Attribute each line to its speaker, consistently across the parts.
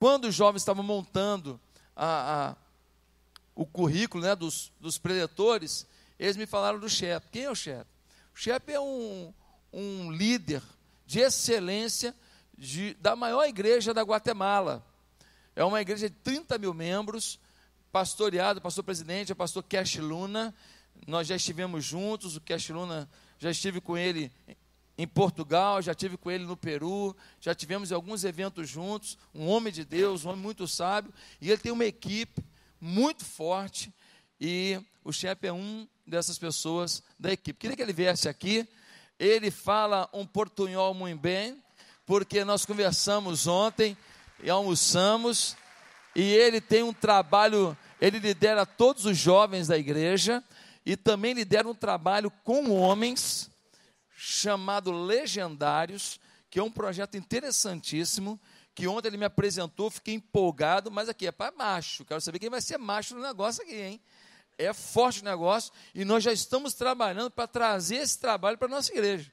Speaker 1: Quando os jovens estavam montando a, a, o currículo né, dos, dos preletores, eles me falaram do Shep. Quem é o Shep? O Shep é um, um líder de excelência de, da maior igreja da Guatemala. É uma igreja de 30 mil membros, pastoreado, pastor presidente, é pastor Cash Luna. Nós já estivemos juntos, o Cash Luna, já estive com ele em Portugal, já estive com ele no Peru, já tivemos alguns eventos juntos. Um homem de Deus, um homem muito sábio, e ele tem uma equipe muito forte. E o chefe é um dessas pessoas da equipe. Queria que ele viesse aqui. Ele fala um portunhol muito bem, porque nós conversamos ontem e almoçamos. E ele tem um trabalho, ele lidera todos os jovens da igreja e também lidera um trabalho com homens chamado Legendários, que é um projeto interessantíssimo que ontem ele me apresentou, fiquei empolgado, mas aqui é para macho. Quero saber quem vai ser macho no negócio aqui, hein? é forte o negócio e nós já estamos trabalhando para trazer esse trabalho para a nossa igreja.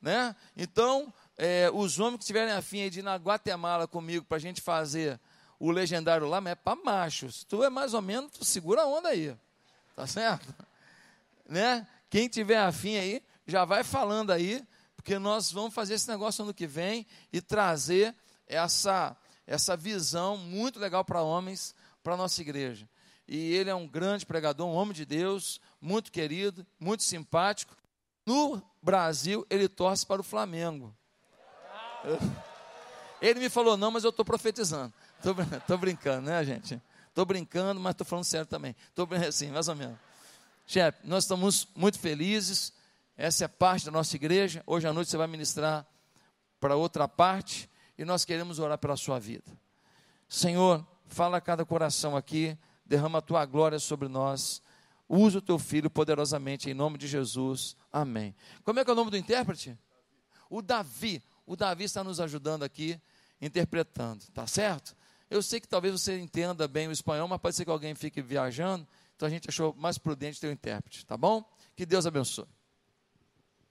Speaker 1: Né? Então, é, os homens que tiverem afim de ir na Guatemala comigo para a gente fazer o legendário lá, mas é para macho. Se tu é mais ou menos, tu segura a onda aí. Tá certo? Né? Quem tiver afim aí, já vai falando aí, porque nós vamos fazer esse negócio ano que vem e trazer essa, essa visão muito legal para homens, para a nossa igreja e ele é um grande pregador, um homem de Deus, muito querido, muito simpático. No Brasil, ele torce para o Flamengo. Ele me falou, não, mas eu estou profetizando. Estou brincando, né, gente? Estou brincando, mas estou falando sério também. Estou assim, mais ou menos. Chefe, nós estamos muito felizes. Essa é parte da nossa igreja. Hoje à noite você vai ministrar para outra parte. E nós queremos orar pela sua vida. Senhor, fala a cada coração aqui derrama a tua glória sobre nós. Usa o teu filho poderosamente em nome de Jesus. Amém. Como é que é o nome do intérprete? O Davi. O Davi está nos ajudando aqui, interpretando, tá certo? Eu sei que talvez você entenda bem o espanhol, mas pode ser que alguém fique viajando. Então a gente achou mais prudente ter o um intérprete, tá bom? Que Deus abençoe.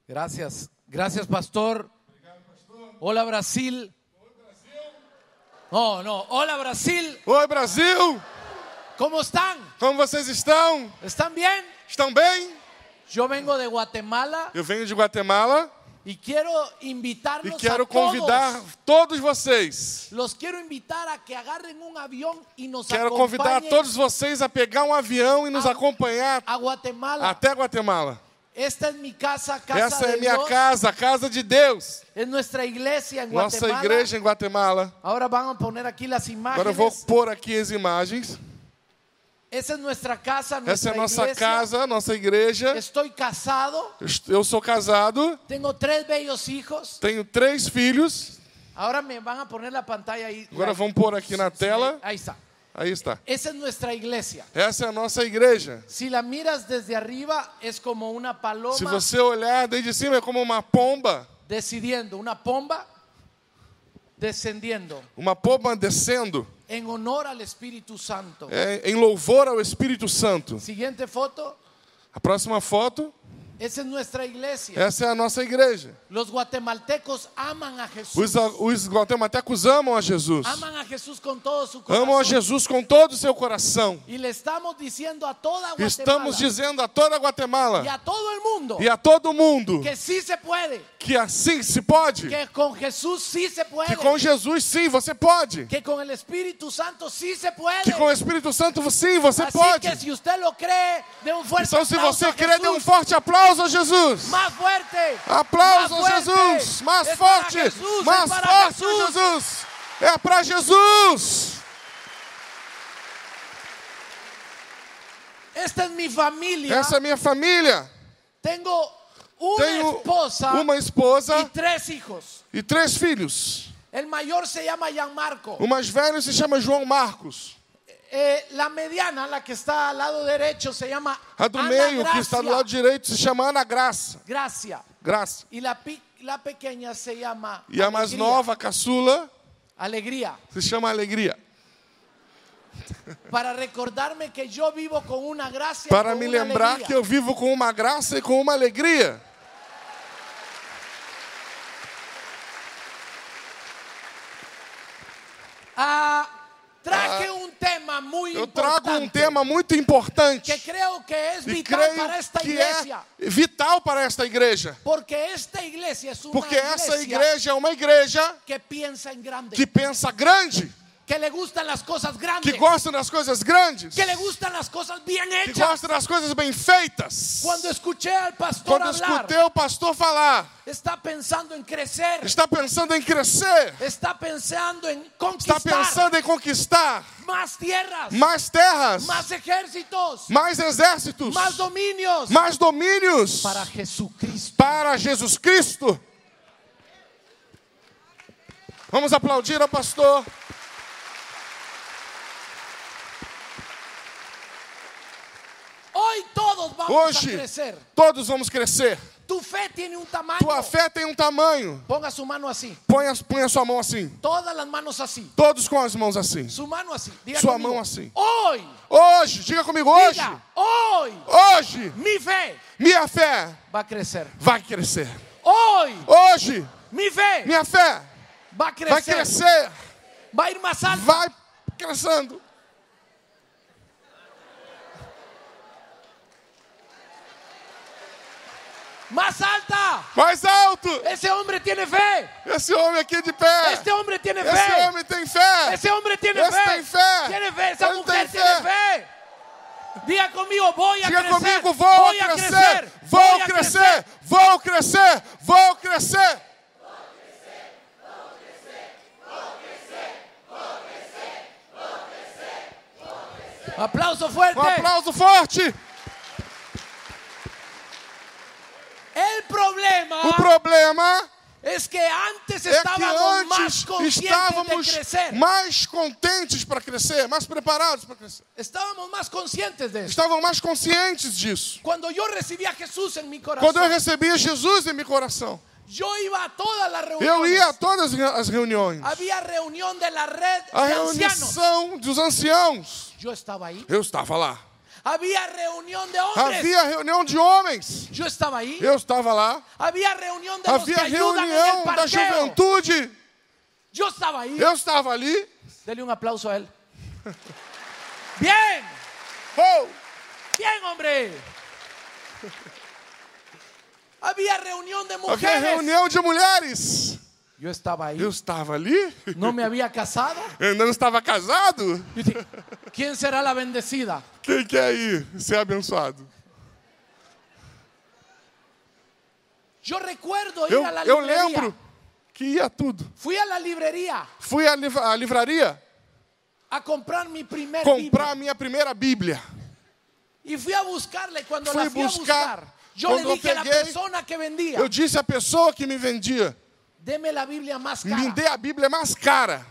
Speaker 2: Gracias. Gracias, pastor. Obrigado, pastor. Hola, Brasil. Oi, Brasil. Não, não. Hola, Brasil.
Speaker 3: Oi, Brasil.
Speaker 2: Como estão?
Speaker 3: Como vocês estão?
Speaker 2: Estão bem?
Speaker 3: Estão bem?
Speaker 2: Eu venho de Guatemala.
Speaker 3: Eu venho de Guatemala.
Speaker 2: E quero invitar
Speaker 3: E quero convidar todos, todos vocês.
Speaker 2: Los quero invitar a que agarrem um avião e nos
Speaker 3: Quero convidar todos vocês a pegar um avião e nos a, acompanhar
Speaker 2: a Guatemala.
Speaker 3: Até Guatemala.
Speaker 2: Esta é minha casa, casa
Speaker 3: Essa
Speaker 2: de
Speaker 3: é minha
Speaker 2: Deus.
Speaker 3: casa, casa de Deus.
Speaker 2: É nossa igreja em
Speaker 3: Nossa
Speaker 2: Guatemala.
Speaker 3: igreja em Guatemala.
Speaker 2: Agora vamos pôr aqui as imagens.
Speaker 3: Agora eu vou pôr aqui as imagens.
Speaker 2: Essa é nossa casa, nossa
Speaker 3: Essa é a nossa
Speaker 2: igreja.
Speaker 3: casa, nossa igreja.
Speaker 2: Estou casado.
Speaker 3: Eu est- Eu sou casado,
Speaker 2: Tenho três bellos hijos.
Speaker 3: tenho três filhos.
Speaker 2: Agora me vão a pôr na pantalla aí.
Speaker 3: Agora
Speaker 2: aí.
Speaker 3: vamos pôr aqui na tela.
Speaker 2: Aí está.
Speaker 3: Aí está.
Speaker 2: Esa es nuestra iglesia.
Speaker 3: Essa é a nossa igreja.
Speaker 2: Si la miras desde arriba, es como una paloma
Speaker 3: Se você olhar desde cima, é como uma pomba.
Speaker 2: decidiendo, una pomba descendiendo
Speaker 3: Uma pomba descendo
Speaker 2: en honor al Espíritu Santo.
Speaker 3: é, em louvor ao Espírito Santo.
Speaker 2: Siguiente foto,
Speaker 3: A próxima foto,
Speaker 2: esa es nuestra iglesia.
Speaker 3: essa é a nossa igreja.
Speaker 2: Los guatemaltecos aman a Jesús.
Speaker 3: Os, os guatemaltecos amam a Jesus.
Speaker 2: Aman a Jesús con todo su
Speaker 3: Amam
Speaker 2: corazón.
Speaker 3: a Jesus com todo o seu coração.
Speaker 2: Y le estamos diciendo a toda Guatemala
Speaker 3: Estamos dizendo a toda Guatemala
Speaker 2: y a todo el mundo
Speaker 3: e a todo mundo
Speaker 2: que sí se puede,
Speaker 3: que assim se pode.
Speaker 2: que con Jesús sí se puede,
Speaker 3: Que com Jesus sim, você pode.
Speaker 2: que con el Espíritu Santo sí se puede.
Speaker 3: Que com o Espírito Santo sim, você
Speaker 2: Así
Speaker 3: pode.
Speaker 2: Assim que si usted lo cree, dé un fuerte
Speaker 3: Então se
Speaker 2: aplauso
Speaker 3: você
Speaker 2: a
Speaker 3: quer, dê
Speaker 2: Jesús.
Speaker 3: um forte aplauso a Jesus.
Speaker 2: Más fuerte.
Speaker 3: Aplauso
Speaker 2: Más
Speaker 3: a
Speaker 2: fuerte.
Speaker 3: Jesus. Mais
Speaker 2: Es para
Speaker 3: forte.
Speaker 2: Jesús, es
Speaker 3: Mais
Speaker 2: para
Speaker 3: forte,
Speaker 2: Jesús.
Speaker 3: Jesus. É para Jesus.
Speaker 2: Esta es mi familia.
Speaker 3: Essa é minha família.
Speaker 2: Tengo una
Speaker 3: Tenho
Speaker 2: esposa
Speaker 3: uma
Speaker 2: y
Speaker 3: esposa
Speaker 2: tres hijos.
Speaker 3: e três filhos.
Speaker 2: El mayor se llama Gianmarco.
Speaker 3: O mais velho se chama João Marcos.
Speaker 2: Eh, la mediana, la que está al lado derecho, se llama
Speaker 3: A do
Speaker 2: Ana
Speaker 3: meio, que
Speaker 2: Gracia.
Speaker 3: está do lado direito, se chama Ana Graça.
Speaker 2: Gracia.
Speaker 3: Graça.
Speaker 2: Y la, pi- la pequeña se llama
Speaker 3: E a mais
Speaker 2: Alegría.
Speaker 3: nova, a caçula,
Speaker 2: Alegría.
Speaker 3: se chama Alegria.
Speaker 2: Para recordarme que yo vivo con una gracia. y
Speaker 3: Para
Speaker 2: con
Speaker 3: me
Speaker 2: una
Speaker 3: lembrar
Speaker 2: alegría.
Speaker 3: que eu vivo com uma graça e com uma alegria.
Speaker 2: Ah,
Speaker 3: Ah,
Speaker 2: muy
Speaker 3: Eu
Speaker 2: importante
Speaker 3: trago um tema muito importante
Speaker 2: que creo que es
Speaker 3: e
Speaker 2: vital
Speaker 3: creio
Speaker 2: para esta
Speaker 3: que
Speaker 2: iglesia.
Speaker 3: é vital para esta igreja.
Speaker 2: Porque esta iglesia es una
Speaker 3: Porque essa
Speaker 2: iglesia
Speaker 3: igreja é uma igreja
Speaker 2: que piensa en grande,
Speaker 3: que pensa grande,
Speaker 2: que le gustan las cosas
Speaker 3: que
Speaker 2: grandes,
Speaker 3: gosta das coisas grandes,
Speaker 2: que le gustan las cosas bien
Speaker 3: que
Speaker 2: hechas.
Speaker 3: gosta das coisas bem feitas.
Speaker 2: Cuando escuché al pastor
Speaker 3: Quando
Speaker 2: hablar,
Speaker 3: escutei o pastor falar,
Speaker 2: está pensando en crecer,
Speaker 3: está pensando em crescer,
Speaker 2: está pensando en
Speaker 3: está
Speaker 2: conquistar
Speaker 3: pensando em conquistar
Speaker 2: más tierras,
Speaker 3: mais terras,
Speaker 2: más ejércitos,
Speaker 3: mais exércitos,
Speaker 2: más dominios
Speaker 3: mais domínios
Speaker 2: para Jesucristo.
Speaker 3: para Jesus Cristo. Vamos aplaudir ao pastor.
Speaker 2: Hoy todos vamos a
Speaker 3: Hoje,
Speaker 2: crecer.
Speaker 3: todos vamos crescer.
Speaker 2: Tu fe tiene un tamaño.
Speaker 3: Tua fé tem um tamanho.
Speaker 2: Ponga su mano así.
Speaker 3: Põe, as, põe a sua mão assim.
Speaker 2: Todas las manos así.
Speaker 3: Todos com as mãos assim.
Speaker 2: Su mano así. Diga
Speaker 3: Sua
Speaker 2: conmigo,
Speaker 3: mão así.
Speaker 2: Hoy.
Speaker 3: Hoje, diga comigo, hoje,
Speaker 2: Diga, hoy.
Speaker 3: hoje,
Speaker 2: Mi fe
Speaker 3: minha fé
Speaker 2: va a crecer.
Speaker 3: vai crescer.
Speaker 2: Hoy.
Speaker 3: Hoje,
Speaker 2: Mi fe
Speaker 3: minha fé
Speaker 2: va a crecer.
Speaker 3: vai crescer.
Speaker 2: Va a ir más alto.
Speaker 3: Vai crescendo.
Speaker 2: Más alta.
Speaker 3: Mais alto.
Speaker 2: Ese hombre tiene fe.
Speaker 3: Esse homem aqui de pé.
Speaker 2: Este Eh. hombre tiene fe.
Speaker 3: Esse homem tem fé.
Speaker 2: Ese hombre tiene
Speaker 3: Ese
Speaker 2: fe.
Speaker 3: tiene fe.
Speaker 2: Tiene fe. Esa
Speaker 3: Él
Speaker 2: mujer
Speaker 3: tiene
Speaker 2: tiene
Speaker 3: fe.
Speaker 2: fe. Diga conmigo, voy a
Speaker 3: Diga
Speaker 2: crecer.
Speaker 3: comigo, vou crescer, vou crescer, vou crescer, vou crescer.
Speaker 2: Aplauso
Speaker 3: Um
Speaker 2: fuerte.
Speaker 3: aplauso forte.
Speaker 2: El problema
Speaker 3: O problema
Speaker 2: es que antes
Speaker 3: é que
Speaker 2: estábamos más
Speaker 3: antes
Speaker 2: conscientes de
Speaker 3: estávamos
Speaker 2: crecer.
Speaker 3: mais contentes para crescer, mais preparados para crescer.
Speaker 2: Estábamos más conscientes de eso.
Speaker 3: Estavam mais conscientes disso.
Speaker 2: Cuando yo recibí a Jesús en mi corazón,
Speaker 3: Quando eu recebia Jesus em meu coração,
Speaker 2: yo iba a todas las reuniones.
Speaker 3: eu ia a todas as reuniões.
Speaker 2: Había reunión de la red
Speaker 3: A
Speaker 2: de ancianos.
Speaker 3: reunião dos anciãos.
Speaker 2: Yo estaba ahí.
Speaker 3: Eu estava lá.
Speaker 2: Había reunión de hombres.
Speaker 3: Havia reunião de homens.
Speaker 2: Yo estaba ahí.
Speaker 3: Eu estava lá.
Speaker 2: Había reunión de los que
Speaker 3: Havia
Speaker 2: ayudan en
Speaker 3: reunião
Speaker 2: el
Speaker 3: da
Speaker 2: parqueo.
Speaker 3: juventude.
Speaker 2: Yo estaba ahí.
Speaker 3: Eu estava ali.
Speaker 2: Dele un aplauso a él. Bien,
Speaker 3: Oh,
Speaker 2: bien, hombre. Havía reunión de
Speaker 3: havia
Speaker 2: mujeres.
Speaker 3: reunião de mulheres.
Speaker 2: Yo estaba ahí.
Speaker 3: Eu estava ali.
Speaker 2: No me había casado.
Speaker 3: Eu ainda não estava casado.
Speaker 2: Yo dije, ¿Quién será la bendecida?
Speaker 3: Quem quer ir ser abençoado?
Speaker 2: Yo recuerdo ir
Speaker 3: Eu,
Speaker 2: a la
Speaker 3: eu
Speaker 2: librería.
Speaker 3: lembro que ia tudo.
Speaker 2: Fui a la librería
Speaker 3: Fui à, liv- à livraria
Speaker 2: a comprar mi primer
Speaker 3: comprar a minha primeira Bíblia.
Speaker 2: libro. Y fui a buscarle. Cuando
Speaker 3: Fui
Speaker 2: la fui a
Speaker 3: buscar.
Speaker 2: buscar, yo le
Speaker 3: Cuando
Speaker 2: dije a la
Speaker 3: pegué,
Speaker 2: persona que vendía,
Speaker 3: Eu disse à pessoa que me vendia:
Speaker 2: deme la Biblia más cara.
Speaker 3: me dê a Bíblia é mais cara.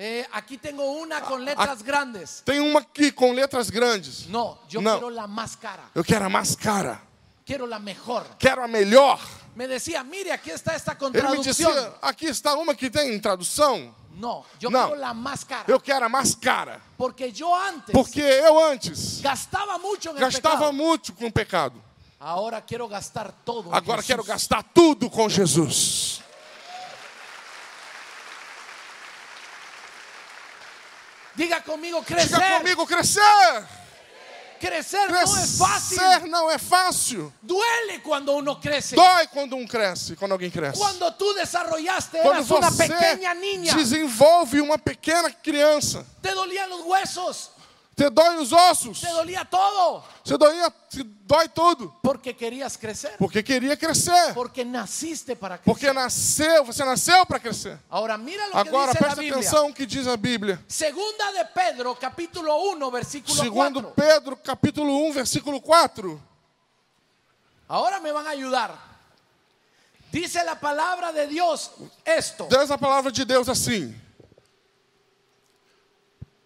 Speaker 2: Eh, aquí tengo una con letras grandes.
Speaker 3: Tem uma aqui com letras grandes.
Speaker 2: No, yo
Speaker 3: No.
Speaker 2: quiero la más cara.
Speaker 3: Eu quero a mais cara.
Speaker 2: Quiero la mejor.
Speaker 3: Quero a melhor.
Speaker 2: Me decía, mire, aquí está esta con
Speaker 3: Ele me
Speaker 2: traducción.
Speaker 3: dizia: aqui está uma que tem tradução.
Speaker 2: No, yo
Speaker 3: No.
Speaker 2: quiero la más cara.
Speaker 3: Eu quero a mais cara.
Speaker 2: Porque yo antes
Speaker 3: Porque eu antes
Speaker 2: gastaba mucho en el
Speaker 3: gastava
Speaker 2: pecado.
Speaker 3: muito com o pecado.
Speaker 2: Ahora quiero gastar todo. en
Speaker 3: Agora
Speaker 2: Jesús.
Speaker 3: quero gastar tudo com Jesus.
Speaker 2: Diga conmigo,
Speaker 3: Diga
Speaker 2: crecer.
Speaker 3: comigo, crescer!
Speaker 2: Crecer no es é fácil.
Speaker 3: Crescer não é fácil.
Speaker 2: Duele cuando uno crece.
Speaker 3: Dói quando um cresce, quando alguém cresce.
Speaker 2: Cuando tú desarrollaste,
Speaker 3: Quando
Speaker 2: eras una
Speaker 3: você
Speaker 2: pequeña niña.
Speaker 3: desenvolve uma pequena criança,
Speaker 2: Te dolían los huesos.
Speaker 3: te dói os ossos,
Speaker 2: Te dolía todo.
Speaker 3: você doía, te dói tudo,
Speaker 2: Porque querías crecer.
Speaker 3: porque queria crescer,
Speaker 2: Porque naciste para crecer.
Speaker 3: porque nasceu, você nasceu para crescer.
Speaker 2: Ahora mira lo
Speaker 3: Agora
Speaker 2: que dice la
Speaker 3: presta
Speaker 2: Biblia.
Speaker 3: atenção o que diz a Bíblia.
Speaker 2: Segunda de Pedro, capítulo 1, versículo
Speaker 3: Segundo
Speaker 2: 4.
Speaker 3: Pedro, capítulo 1, versículo 4.
Speaker 2: Ahora me van a ayudar. Dice la palabra de Dios esto.
Speaker 3: Deus a palavra de Deus assim: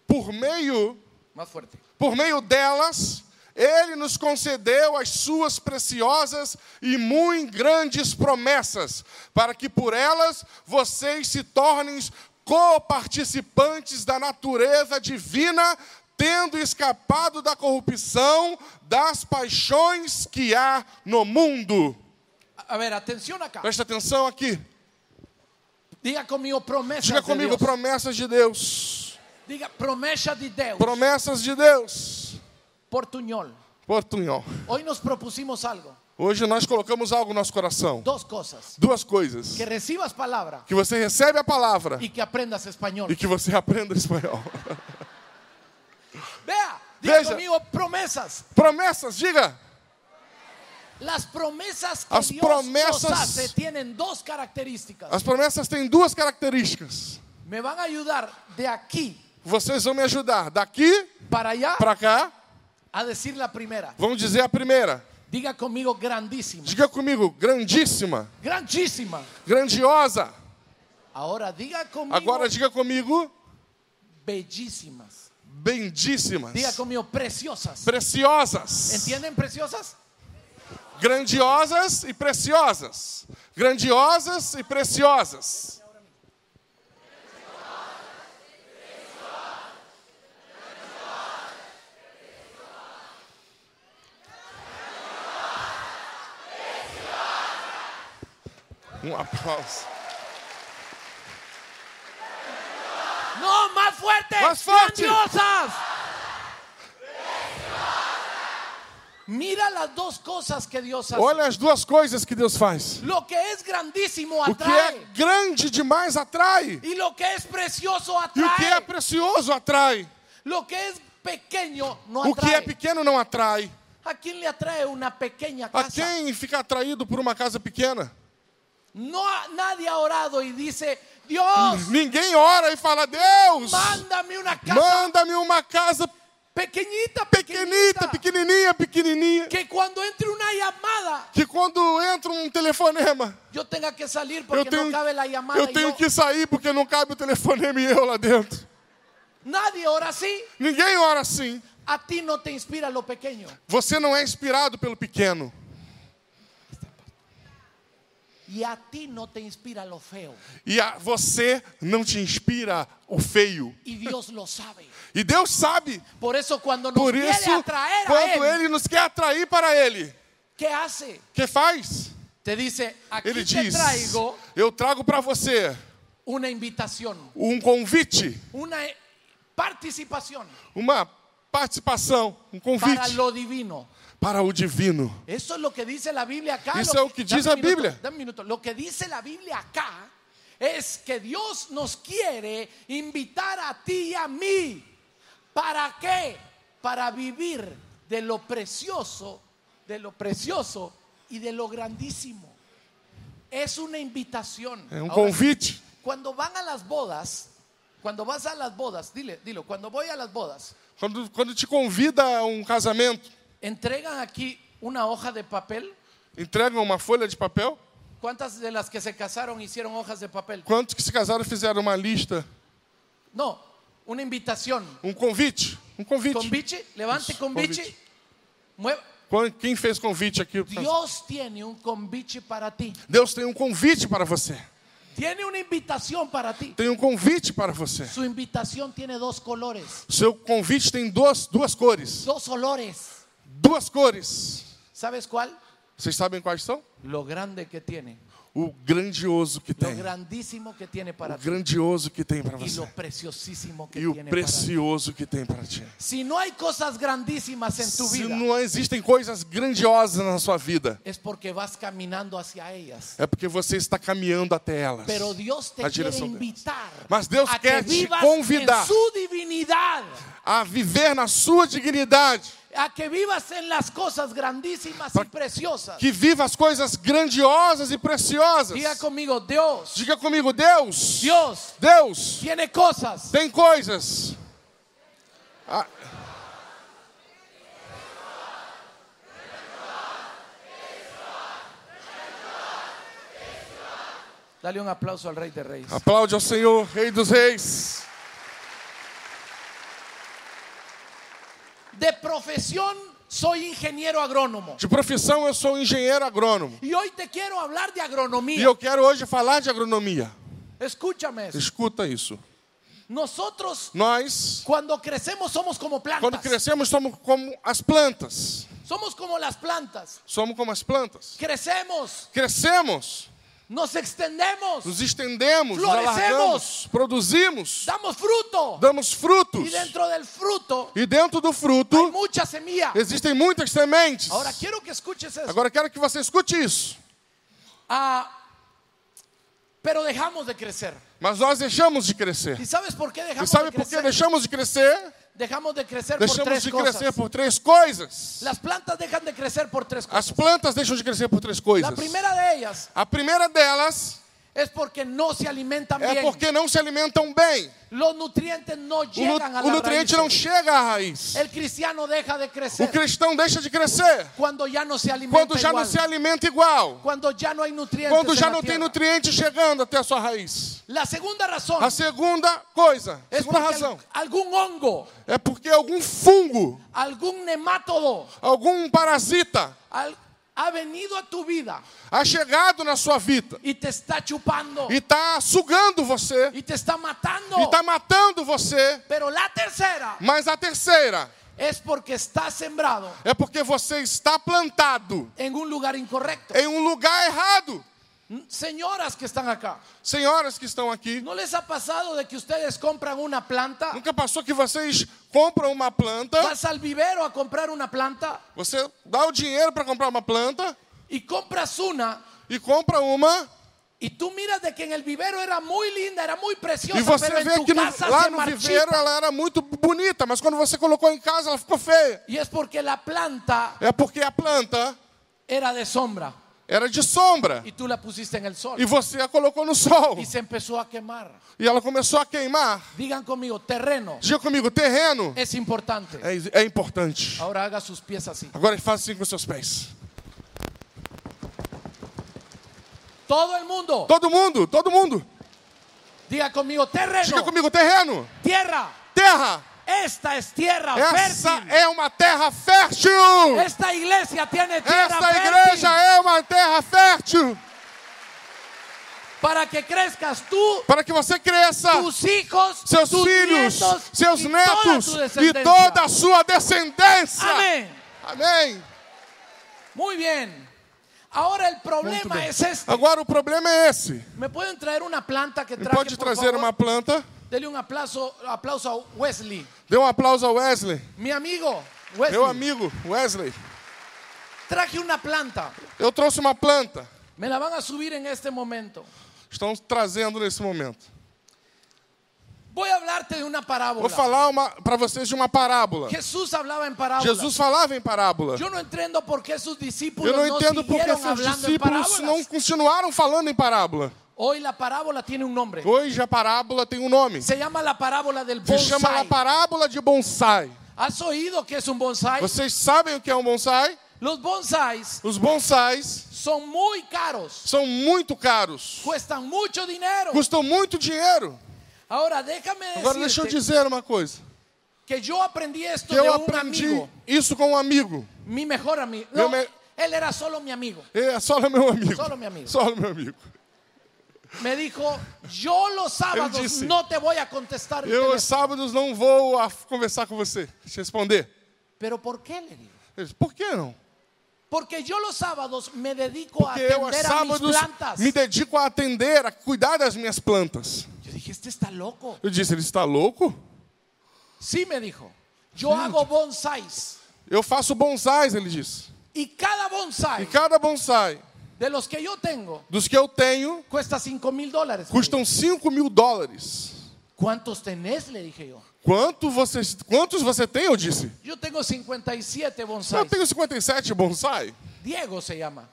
Speaker 3: Por meio
Speaker 2: Más fuerte.
Speaker 3: Por meio delas, ele nos concedeu as suas preciosas e muito grandes promessas, para que por elas vocês se tornem coparticipantes da natureza divina, tendo escapado da corrupção das paixões que há no mundo.
Speaker 2: A a ver, atención acá.
Speaker 3: Presta atenção aqui.
Speaker 2: Diga conmigo promesas
Speaker 3: Diga
Speaker 2: de Dios.
Speaker 3: comigo promessas de Deus.
Speaker 2: Diga promessa de Deus.
Speaker 3: Promessas de Deus.
Speaker 2: Portunhol.
Speaker 3: Portunhol.
Speaker 2: Hoy nos propusimos algo.
Speaker 3: Hoje nós colocamos algo no nosso coração.
Speaker 2: Dos cosas.
Speaker 3: Duas coisas.
Speaker 2: Que recibas palabra
Speaker 3: Que você recebe a palavra
Speaker 2: y que aprendas español.
Speaker 3: e que você aprenda espanhol.
Speaker 2: Vea, diga
Speaker 3: Veja.
Speaker 2: conmigo promesas.
Speaker 3: Promessas, diga.
Speaker 2: Las promesas que
Speaker 3: Las
Speaker 2: Dios
Speaker 3: promesas-
Speaker 2: nos hace tienen dos características.
Speaker 3: As promessas têm duas características.
Speaker 2: Me van a ayudar de aquí
Speaker 3: Vocês vão me ajudar daqui
Speaker 2: para allá
Speaker 3: para cá.
Speaker 2: a decir la primera.
Speaker 3: Vamos dizer a primeira.
Speaker 2: Diga conmigo grandísima.
Speaker 3: Diga comigo, grandíssima,
Speaker 2: Grandísima.
Speaker 3: grandiosa.
Speaker 2: Ahora diga conmigo
Speaker 3: Agora diga comigo,
Speaker 2: bellísimas.
Speaker 3: bendíssimas,
Speaker 2: Diga conmigo preciosas.
Speaker 3: preciosas,
Speaker 2: ¿Entienden preciosas?
Speaker 3: grandiosas e preciosas, grandiosas e preciosas. Um aplauso.
Speaker 2: No, más fuerte.
Speaker 3: Más fuerte.
Speaker 2: Grandiosas. Mira las dos cosas que Dios hace.
Speaker 3: Olha as duas coisas que Deus faz.
Speaker 2: Lo que es grandísimo
Speaker 3: O que é
Speaker 2: atrae.
Speaker 3: grande demais atrai.
Speaker 2: Y lo que es precioso
Speaker 3: E o que é
Speaker 2: atrae.
Speaker 3: precioso atrai.
Speaker 2: Lo que es pequeño no
Speaker 3: O que é
Speaker 2: atrae.
Speaker 3: pequeno não atrai.
Speaker 2: ¿A quién le atrae una pequeña
Speaker 3: A
Speaker 2: casa?
Speaker 3: quem fica atraído por uma casa pequena?
Speaker 2: No, ha- nadie ha orado y dice,
Speaker 3: Mm.
Speaker 2: Dios,
Speaker 3: Ninguém ora e fala: Deus,
Speaker 2: mándame una casa
Speaker 3: manda-me uma casa
Speaker 2: pequeñita,
Speaker 3: pequenita,
Speaker 2: pequeñita,
Speaker 3: pequenininha, pequenininha.
Speaker 2: que cuando entre una llamada
Speaker 3: Que quando entra um telefonema,
Speaker 2: yo tenga que salir
Speaker 3: eu
Speaker 2: porque
Speaker 3: tenho,
Speaker 2: no cabe la llamada.
Speaker 3: eu
Speaker 2: y
Speaker 3: tenho
Speaker 2: yo-
Speaker 3: que sair porque não cabe o telefonema e eu lá dentro.
Speaker 2: Nadie ora así.
Speaker 3: Ninguém ora assim.
Speaker 2: A ti no te inspira lo pequeño.
Speaker 3: Você não é inspirado pelo pequeno.
Speaker 2: Y a ti no te inspira lo feo.
Speaker 3: E a, você não te inspira o feio.
Speaker 2: Y Dios lo sabe.
Speaker 3: E Deus sabe.
Speaker 2: Por eso cuando nos
Speaker 3: Por
Speaker 2: quiere
Speaker 3: isso,
Speaker 2: atraer a
Speaker 3: quando
Speaker 2: Él,
Speaker 3: ele nos quer atrair para ele, o
Speaker 2: ¿qué hace?
Speaker 3: que faz?
Speaker 2: Te dice, aquí
Speaker 3: Ele
Speaker 2: te
Speaker 3: diz:
Speaker 2: traigo
Speaker 3: Eu trago para você
Speaker 2: una invitación,
Speaker 3: um convite,
Speaker 2: una eh, participação
Speaker 3: uma participação, um convite
Speaker 2: para
Speaker 3: para,
Speaker 2: lo divino.
Speaker 3: o divino.
Speaker 2: Eso es lo que dice la Biblia acá.
Speaker 3: Eso
Speaker 2: Lo
Speaker 3: es lo que
Speaker 2: dame
Speaker 3: dice la
Speaker 2: un minuto,
Speaker 3: Biblia.
Speaker 2: dame un minuto. Lo que dice la Biblia acá es que Dios nos quiere invitar a ti y a mí. ¿Para qué? Para vivir de lo precioso, de lo precioso y de lo grandísimo. Es una invitación.
Speaker 3: É um
Speaker 2: Ahora,
Speaker 3: convite.
Speaker 2: Cuando van a las bodas, cuando vas a las bodas, dile, dilo, cuando voy a las bodas,
Speaker 3: Quando, quando te convida a um casamento,
Speaker 2: entregan aquí una hoja de papel.
Speaker 3: entregam uma folha de papel.
Speaker 2: ¿Cuántas de las que se casaron hicieron hojas de papel?
Speaker 3: Quantos que se casaram fizeram uma lista,
Speaker 2: No, una invitación.
Speaker 3: um convite, um convite.
Speaker 2: Conviche, levante
Speaker 3: Eso,
Speaker 2: conviche.
Speaker 3: convite.
Speaker 2: Mueva.
Speaker 3: Quan- Quem fez convite aqui?
Speaker 2: Dios tiene un conviche para ti.
Speaker 3: Deus tem um convite para você.
Speaker 2: Tiene una invitación para ti.
Speaker 3: Tem um convite para você.
Speaker 2: Su invitación tiene dos colores,
Speaker 3: Seu convite tem duas, duas cores.
Speaker 2: dos olores.
Speaker 3: Duas cores.
Speaker 2: ¿Sabes cuál?
Speaker 3: Vocês sabem quais são?
Speaker 2: Lo grande que tiene,
Speaker 3: O grandioso que
Speaker 2: lo
Speaker 3: tem.
Speaker 2: grandísimo que tiene para
Speaker 3: O
Speaker 2: ti
Speaker 3: grandioso que tem para
Speaker 2: y
Speaker 3: você.
Speaker 2: lo preciosísimo que
Speaker 3: E o
Speaker 2: tiene para ti.
Speaker 3: precioso que tem para ti.
Speaker 2: Si no hay cosas grandísimas en tu
Speaker 3: Se
Speaker 2: vida,
Speaker 3: não existem coisas grandiosas na sua vida,
Speaker 2: es porque vas caminando hacia ellas.
Speaker 3: é porque você está caminhando até elas.
Speaker 2: Pero Dios te
Speaker 3: na
Speaker 2: quiere
Speaker 3: direção delas.
Speaker 2: invitar.
Speaker 3: Mas Deus
Speaker 2: a
Speaker 3: quer
Speaker 2: que
Speaker 3: te
Speaker 2: vivas
Speaker 3: convidar.
Speaker 2: en su divinidad,
Speaker 3: A viver na sua dignidade.
Speaker 2: a que vivas en las cosas grandísimas y preciosas.
Speaker 3: Que viva as coisas grandiosas e preciosas.
Speaker 2: Diga conmigo, Dios,
Speaker 3: Diga comigo, Deus.
Speaker 2: Dios
Speaker 3: Deus.
Speaker 2: tiene cosas
Speaker 3: Tem coisas. Ah,
Speaker 2: Dale un aplauso al Rey de Reyes.
Speaker 3: aplaude ao Senhor, Rei dos Reis.
Speaker 2: De profesión soy ingeniero agrónomo.
Speaker 3: De profissão, eu sou um engenheiro agrônomo.
Speaker 2: Y hoy te quiero hablar de
Speaker 3: E
Speaker 2: agronomía.
Speaker 3: eu quero hoje falar de agronomia.
Speaker 2: Escúchame. eso.
Speaker 3: Escuta isso.
Speaker 2: Nosotros
Speaker 3: Nós,
Speaker 2: cuando crecemos somos como
Speaker 3: quando
Speaker 2: plantas.
Speaker 3: crescemos, somos como as plantas.
Speaker 2: Somos como las plantas.
Speaker 3: Somos como as plantas.
Speaker 2: Crecemos,
Speaker 3: Crescemos,
Speaker 2: nos extendemos,
Speaker 3: nos estendemos, nos
Speaker 2: Florescemos.
Speaker 3: alargamos, produzimos,
Speaker 2: damos fruto.
Speaker 3: damos frutos.
Speaker 2: Y dentro del fruto
Speaker 3: E dentro do
Speaker 2: hay
Speaker 3: fruto
Speaker 2: mucha semilla.
Speaker 3: existem muitas sementes.
Speaker 2: Ahora quiero que escuches eso.
Speaker 3: Agora quero que você escute isso.
Speaker 2: Ah, pero dejamos de crecer.
Speaker 3: Mas nós deixamos de crescer.
Speaker 2: ¿Y sabes por qué
Speaker 3: E
Speaker 2: dejamos de
Speaker 3: sabe por que
Speaker 2: crecer?
Speaker 3: deixamos de crescer?
Speaker 2: Dejamos de crecer por Ah,
Speaker 3: Deixamos
Speaker 2: tres
Speaker 3: de
Speaker 2: cosas.
Speaker 3: crescer por três coisas.
Speaker 2: Las plantas dejan de crecer por tres
Speaker 3: As
Speaker 2: cosas.
Speaker 3: plantas deixam de crescer por três coisas.
Speaker 2: La primera de ellas
Speaker 3: A primeira delas
Speaker 2: es porque no se alimentan
Speaker 3: é
Speaker 2: bien.
Speaker 3: porque não se alimentam bem.
Speaker 2: Los nutrientes no
Speaker 3: O, nu-
Speaker 2: llegan a
Speaker 3: o
Speaker 2: la
Speaker 3: nutriente
Speaker 2: raíz.
Speaker 3: não chega à raiz.
Speaker 2: El cristiano deja de
Speaker 3: O
Speaker 2: crecer
Speaker 3: cristão deixa de crescer
Speaker 2: cuando ya no se alimenta
Speaker 3: quando já não
Speaker 2: igual,
Speaker 3: se alimenta igual,
Speaker 2: cuando ya no hay nutrientes
Speaker 3: Tá quando
Speaker 2: en
Speaker 3: já
Speaker 2: la
Speaker 3: não tem
Speaker 2: tierra.
Speaker 3: nutriente chegando até a sua raiz.
Speaker 2: La segunda razón
Speaker 3: A segunda coisa,
Speaker 2: es
Speaker 3: segunda
Speaker 2: porque
Speaker 3: razão,
Speaker 2: al- algún hongo,
Speaker 3: é porque algum fungo,
Speaker 2: algún nematodo
Speaker 3: algum parasita
Speaker 2: al- ha venido a tu vida
Speaker 3: há chegado na sua vida
Speaker 2: y te está chupando
Speaker 3: e está sugando você,
Speaker 2: y te está matando.
Speaker 3: e está matando você.
Speaker 2: Pero la tercera
Speaker 3: Mas a terceira
Speaker 2: es porque está sembrado
Speaker 3: é porque você está plantado
Speaker 2: en un lugar incorrecto.
Speaker 3: em um lugar errado.
Speaker 2: Señoras que están acá,
Speaker 3: Senhoras que estão aqui,
Speaker 2: ¿no les ha pasado de que ustedes compran una planta?
Speaker 3: nunca passou que vocês compram uma planta,
Speaker 2: Vas al vivero a comprar una planta
Speaker 3: você dá o dinheiro para comprar uma planta
Speaker 2: y compras una
Speaker 3: e compra uma
Speaker 2: y tú miras de que en el vivero era muy linda, era muy preciosa,
Speaker 3: e você
Speaker 2: pero en
Speaker 3: vê
Speaker 2: tu
Speaker 3: que no-
Speaker 2: casa
Speaker 3: lá
Speaker 2: se
Speaker 3: no
Speaker 2: marchita.
Speaker 3: viveiro ela era muito bonita, mas quando você colocou em casa ela ficou feia.
Speaker 2: Y es porque la planta
Speaker 3: É porque a planta
Speaker 2: era de sombra
Speaker 3: era de sombra
Speaker 2: y tú la pusiste en el sol
Speaker 3: e você a colocou no sol
Speaker 2: y se empezó a quemar.
Speaker 3: e ela começou a queimar.
Speaker 2: Digan conmigo, terreno
Speaker 3: Diga comigo, terreno
Speaker 2: es importante.
Speaker 3: é, é importante.
Speaker 2: Ahora haga sus pies así.
Speaker 3: Agora faz assim com seus pés.
Speaker 2: Todo el mundo,
Speaker 3: Todo mundo, todo mundo.
Speaker 2: diga conmigo,
Speaker 3: Diga
Speaker 2: terreno,
Speaker 3: comigo, terreno,
Speaker 2: tierra.
Speaker 3: terra.
Speaker 2: Esta es tierra
Speaker 3: Essa
Speaker 2: fértil.
Speaker 3: é uma terra fértil.
Speaker 2: Esta iglesia tiene tierra
Speaker 3: Esta
Speaker 2: fértil
Speaker 3: igreja é uma terra fértil
Speaker 2: para que crezcas tú,
Speaker 3: para que você cresça,
Speaker 2: tus hijos,
Speaker 3: seus
Speaker 2: tus
Speaker 3: filhos,
Speaker 2: nietos,
Speaker 3: seus
Speaker 2: y
Speaker 3: netos
Speaker 2: toda tu
Speaker 3: e
Speaker 2: descendencia.
Speaker 3: toda a sua descendência.
Speaker 2: Amén.
Speaker 3: Amém.
Speaker 2: Muy bien. Ahora el
Speaker 3: Muito
Speaker 2: problema
Speaker 3: bem.
Speaker 2: es este.
Speaker 3: Agora o problema é esse.
Speaker 2: ¿Me pueden traer una planta que
Speaker 3: Ele
Speaker 2: traje,
Speaker 3: pode
Speaker 2: por
Speaker 3: trazer
Speaker 2: favor?
Speaker 3: uma planta.
Speaker 2: Dele un aplauso, aplauso a Wesley.
Speaker 3: Dê um aplauso ao Wesley.
Speaker 2: Mi amigo Wesley.
Speaker 3: Meu amigo Wesley.
Speaker 2: Traje una planta.
Speaker 3: Eu trouxe uma planta.
Speaker 2: Me la van a subir en este momento.
Speaker 3: Estão trazendo nesse momento.
Speaker 2: Voy a hablarte de una parábola.
Speaker 3: Vou falar para vocês de uma parábola.
Speaker 2: Jesús hablaba en parábolas.
Speaker 3: Jesus falava em parábola.
Speaker 2: Yo no entiendo por qué sus discípulos
Speaker 3: Eu não
Speaker 2: no
Speaker 3: entendo porque
Speaker 2: siguieron
Speaker 3: seus
Speaker 2: hablando en
Speaker 3: discípulos
Speaker 2: parábolas.
Speaker 3: não continuaram falando em parábola.
Speaker 2: Hoy la parábola tiene un nombre.
Speaker 3: Hoje a parábola tem um nome.
Speaker 2: Se llama la parábola del
Speaker 3: Se chama a
Speaker 2: bonsai.
Speaker 3: parábola de bonsai.
Speaker 2: ¿Has oído que es un bonsai?
Speaker 3: Vocês sabem o que é um bonsai?
Speaker 2: Los bonsais
Speaker 3: Os bonsais
Speaker 2: son muy caros.
Speaker 3: são muito caros.
Speaker 2: Cuestan mucho dinero.
Speaker 3: Custam muito dinheiro.
Speaker 2: Pues- Ahora déjame
Speaker 3: Agora deixa eu
Speaker 2: decirte
Speaker 3: dizer uma coisa.
Speaker 2: que yo aprendí esto
Speaker 3: Que
Speaker 2: de
Speaker 3: eu
Speaker 2: un
Speaker 3: aprendi
Speaker 2: um amigo,
Speaker 3: isso com um amigo.
Speaker 2: mi mejor amigo.
Speaker 3: Yo
Speaker 2: No,
Speaker 3: me-
Speaker 2: él era solo mi amigo.
Speaker 3: É só o meu amigo.
Speaker 2: Só o meu amigo.
Speaker 3: Só o meu amigo.
Speaker 2: Me dijo, yo los sábados
Speaker 3: dice,
Speaker 2: no te voy a contestar el
Speaker 3: Eu
Speaker 2: teléfono".
Speaker 3: aos sábados não vou a conversar com você, te responder.
Speaker 2: Pero ¿por quê, le digo?
Speaker 3: Eu disse, Por que não?
Speaker 2: Porque yo los sábados me dedico
Speaker 3: Porque
Speaker 2: a
Speaker 3: eu aos
Speaker 2: atender a mis
Speaker 3: sábados
Speaker 2: plantas.
Speaker 3: me dedico a atender, a cuidar das minhas plantas.
Speaker 2: Yo dije, este está loco.
Speaker 3: Eu disse, ele está louco?
Speaker 2: Sí, me dijo. Yo hago bonsais.
Speaker 3: Eu faço bonsais, ele disse.
Speaker 2: Y cada bonsai
Speaker 3: E cada bonsai
Speaker 2: de los que yo tengo
Speaker 3: dos que eu tenho
Speaker 2: cuesta 5 mil dólares. me dijo.
Speaker 3: custam 5 mil dólares.
Speaker 2: ¿Cuántos tenés? Le dije yo.
Speaker 3: Quanto você, quantos você tem? Eu disse.
Speaker 2: Yo tengo 57
Speaker 3: Eu
Speaker 2: bonsais.
Speaker 3: tenho 57 bonsai.
Speaker 2: Diego se llama.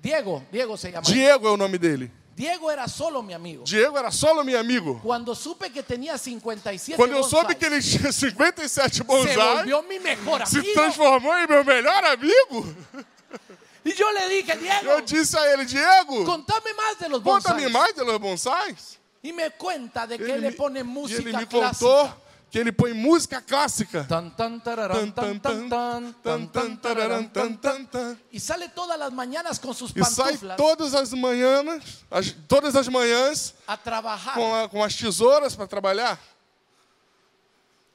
Speaker 2: Diego, Diego se llama.
Speaker 3: Diego é o nome dele.
Speaker 2: Diego era solo mi amigo.
Speaker 3: Diego era só o meu amigo.
Speaker 2: Cuando supe que tenía 57
Speaker 3: Quando eu
Speaker 2: bonsais,
Speaker 3: soube que ele tinha 57
Speaker 2: se
Speaker 3: bonsai,
Speaker 2: volvió mi mejor
Speaker 3: se
Speaker 2: amigo.
Speaker 3: transformou em meu melhor amigo.
Speaker 2: Y yo le dije, Diego,
Speaker 3: Eu disse a ele, Diego,
Speaker 2: contame más de los
Speaker 3: conta-me
Speaker 2: bonsais.
Speaker 3: mais dos bonsais.
Speaker 2: Y me cuenta de que
Speaker 3: Ele
Speaker 2: le
Speaker 3: me-
Speaker 2: pone
Speaker 3: e ele
Speaker 2: música
Speaker 3: me contou
Speaker 2: clásica.
Speaker 3: que ele põe música clássica.
Speaker 2: Tan, tan, tararán, tan, tan, tan, tan, tan, tararán, tan, tan. Y sale todas las mañanas con sus
Speaker 3: E sai
Speaker 2: pantuflas
Speaker 3: todas as manhãs, as- todas as manhãs
Speaker 2: a trabajar.
Speaker 3: com, a- com as tesouras para trabalhar.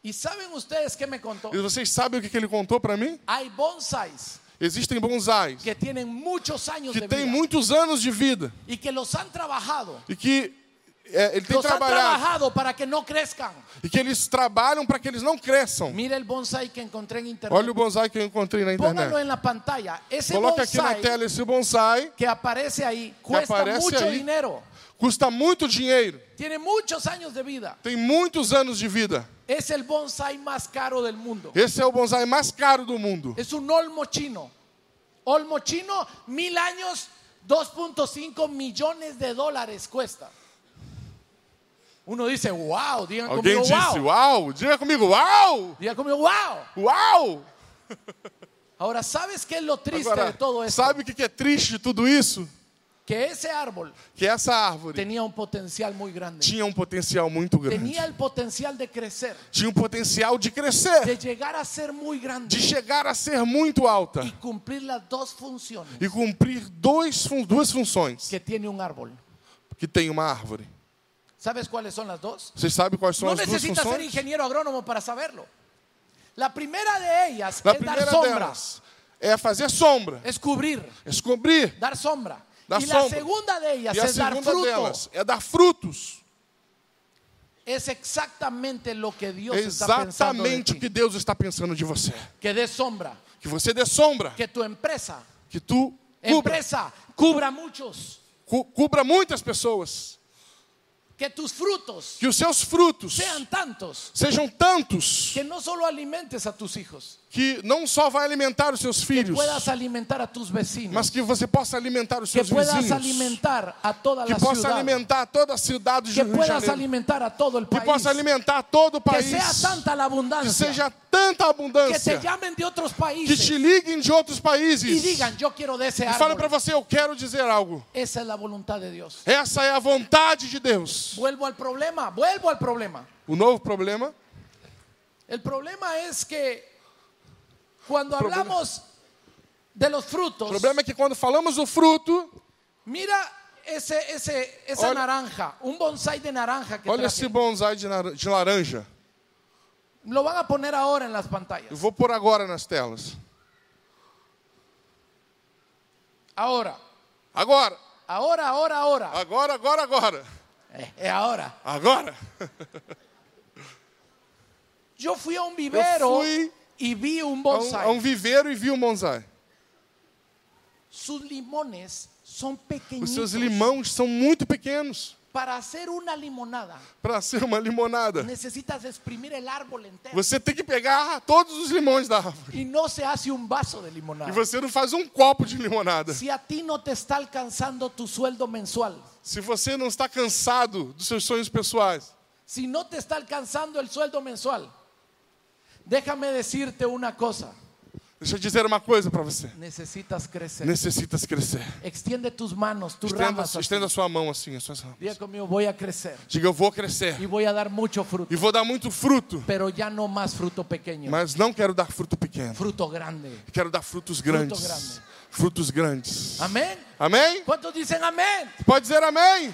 Speaker 2: ¿Y saben ustedes qué me contó?
Speaker 3: E vocês sabem o que, que ele contou para mim?
Speaker 2: Hay bonsais
Speaker 3: Existem bonsais
Speaker 2: que é tienen muchos años
Speaker 3: que
Speaker 2: de
Speaker 3: têm
Speaker 2: vida
Speaker 3: muitos anos de vida
Speaker 2: y que los han trabajado.
Speaker 3: e que é, ele tem
Speaker 2: Los han
Speaker 3: trabalhado
Speaker 2: trabajado para que no crezcan.
Speaker 3: e que eles trabalham para que eles não cresçam.
Speaker 2: Mira el bonsai que encontré en internet.
Speaker 3: Olha o bonsai que eu encontrei na
Speaker 2: Póngalo
Speaker 3: internet.
Speaker 2: en la pantalla. Ese
Speaker 3: Coloca aqui na
Speaker 2: é bonsai
Speaker 3: tela esse bonsai.
Speaker 2: que aparece ahí cuesta
Speaker 3: aparece
Speaker 2: mucho
Speaker 3: ahí.
Speaker 2: dinero.
Speaker 3: Custa muito dinheiro.
Speaker 2: Tiene muchos años de vida.
Speaker 3: Tem muitos anos de vida.
Speaker 2: Es el bonsai más caro del mundo.
Speaker 3: Esse é o bonsai mais caro do mundo.
Speaker 2: Es un olmo chino. Olmo chino, mil años, 2.5 millones de dólares cuesta. Uno dice, wow, digan
Speaker 3: Alguém
Speaker 2: conmigo,
Speaker 3: disse
Speaker 2: wow.
Speaker 3: uau? Diga comigo, uau!
Speaker 2: Digan conmigo, wow.
Speaker 3: Uau!
Speaker 2: Ahora, ¿sabes qué es lo triste de todo
Speaker 3: Agora,
Speaker 2: esto?
Speaker 3: sabe o que que é triste de tudo isso?
Speaker 2: Que ese árbol
Speaker 3: Que essa árvore
Speaker 2: tenía un potencial muy grande.
Speaker 3: tinha um potencial muito grande.
Speaker 2: Tenía el potencial de crecer,
Speaker 3: Tinha um potencial de crescer,
Speaker 2: de llegar a ser muy grande
Speaker 3: de chegar a ser muito alta
Speaker 2: y cumplir las dos funciones
Speaker 3: e cumprir dois, fun- duas funções
Speaker 2: que tiene un árbol.
Speaker 3: que tem uma árvore.
Speaker 2: ¿Sabes cuáles son las dos?
Speaker 3: Vocês sabem quais são
Speaker 2: No
Speaker 3: as duas
Speaker 2: necesitas ser
Speaker 3: funções?
Speaker 2: ingeniero agrónomo para saberlo. La primera de ellas
Speaker 3: Na
Speaker 2: es é dar
Speaker 3: primeira
Speaker 2: sombra,
Speaker 3: delas é fazer sombra,
Speaker 2: es cubrir,
Speaker 3: é cobrir.
Speaker 2: dar sombra.
Speaker 3: Dar
Speaker 2: y la
Speaker 3: sombra.
Speaker 2: segunda de ellas
Speaker 3: E a
Speaker 2: es É dar
Speaker 3: segunda
Speaker 2: fruto.
Speaker 3: delas é dar frutos.
Speaker 2: Es exactamente lo que Dios
Speaker 3: É
Speaker 2: está pensando de
Speaker 3: exatamente
Speaker 2: ti.
Speaker 3: o que Deus está pensando de você.
Speaker 2: Que dé sombra,
Speaker 3: Que você dê sombra,
Speaker 2: que tu empresa,
Speaker 3: que tu cubra,
Speaker 2: empresa cubra muchos,
Speaker 3: cu- cubra muitas pessoas.
Speaker 2: que tus frutos
Speaker 3: Que os seus frutos
Speaker 2: sean tantos
Speaker 3: sejam tantos
Speaker 2: que no solo alimentes a tus hijos,
Speaker 3: que não só vai alimentar os seus filhos,
Speaker 2: puedas alimentar a tus vecinos,
Speaker 3: mas que você possa alimentar os
Speaker 2: que
Speaker 3: seus
Speaker 2: puedas
Speaker 3: vizinhos.
Speaker 2: alimentar a toda
Speaker 3: Que
Speaker 2: la
Speaker 3: possa
Speaker 2: ciudad.
Speaker 3: alimentar toda a cidade de
Speaker 2: que
Speaker 3: Rio de
Speaker 2: puedas
Speaker 3: Janeiro.
Speaker 2: alimentar a todo el
Speaker 3: Que
Speaker 2: país.
Speaker 3: possa alimentar todo o
Speaker 2: Que
Speaker 3: país.
Speaker 2: sea tanta la
Speaker 3: Que
Speaker 2: abundancia.
Speaker 3: seja tanta
Speaker 2: que te
Speaker 3: abundância.
Speaker 2: llamen de otros
Speaker 3: Que
Speaker 2: países
Speaker 3: te liguem de outros
Speaker 2: y
Speaker 3: países. E
Speaker 2: digan, yo quiero de ese
Speaker 3: falem para
Speaker 2: árbol.
Speaker 3: você, eu quero dizer algo.
Speaker 2: Esa es la voluntad de Dios.
Speaker 3: Essa é a vontade de Deus.
Speaker 2: Vuelvo al problema, vuelvo al problema.
Speaker 3: O novo problema
Speaker 2: El problema es que cuando hablamos de los frutos,
Speaker 3: O problema é que quando falamos do fruto,
Speaker 2: mira ese, ese, esa
Speaker 3: Olha-
Speaker 2: naranja, un bonsai de naranja que
Speaker 3: olha
Speaker 2: traje.
Speaker 3: esse bonsai de, nar- de laranja.
Speaker 2: lo van a poner ahora en las
Speaker 3: Eu
Speaker 2: pantallas.
Speaker 3: vou pôr agora nas telas.
Speaker 2: Ahora,
Speaker 3: Agora,
Speaker 2: ahora, ahora, ahora.
Speaker 3: agora, agora, agora.
Speaker 2: Eh, eh, ahora.
Speaker 3: Agora. É
Speaker 2: Yo fui a un vivero
Speaker 3: Yo fui
Speaker 2: y vi un
Speaker 3: É um,
Speaker 2: bonsai.
Speaker 3: é um viveiro e vi um bonsai.
Speaker 2: Sus limones son
Speaker 3: Os seus
Speaker 2: pequeñitos.
Speaker 3: limões são muito pequenos
Speaker 2: Para hacer una limonada
Speaker 3: para ser uma limonada.
Speaker 2: necesitas exprimir el árbol entero.
Speaker 3: Você tem que pegar todos os limões da árvore.
Speaker 2: y no se hace un vaso de
Speaker 3: E
Speaker 2: limonada.
Speaker 3: você não faz um copo de limonada.
Speaker 2: Si a ti no te está alcanzando tu sueldo mensual,
Speaker 3: Se você não está cansado dos seus sonhos pessoais,
Speaker 2: si no te está alcanzando el sueldo mensual, déjame decirte una cosa.
Speaker 3: deixa eu dizer uma coisa para você.
Speaker 2: Necesitas crecer.
Speaker 3: Necessitas crescer.
Speaker 2: Extiende tus manos, tus
Speaker 3: Estenda,
Speaker 2: ramas. así.
Speaker 3: estenda a sua mão assim, as suas mãos.
Speaker 2: Diga conmigo, voy a crecer
Speaker 3: Diga, eu vou crescer.
Speaker 2: y voy a dar mucho fruto,
Speaker 3: e vou dar muito fruto,
Speaker 2: pero ya no más fruto pequeño.
Speaker 3: mas não quero dar fruto pequeno.
Speaker 2: fruto grande.
Speaker 3: Quero dar frutos grandes.
Speaker 2: grande.
Speaker 3: Frutos grandes.
Speaker 2: Amén.
Speaker 3: Amém?
Speaker 2: ¿Cuántos dicen amén?
Speaker 3: Pode dizer amém?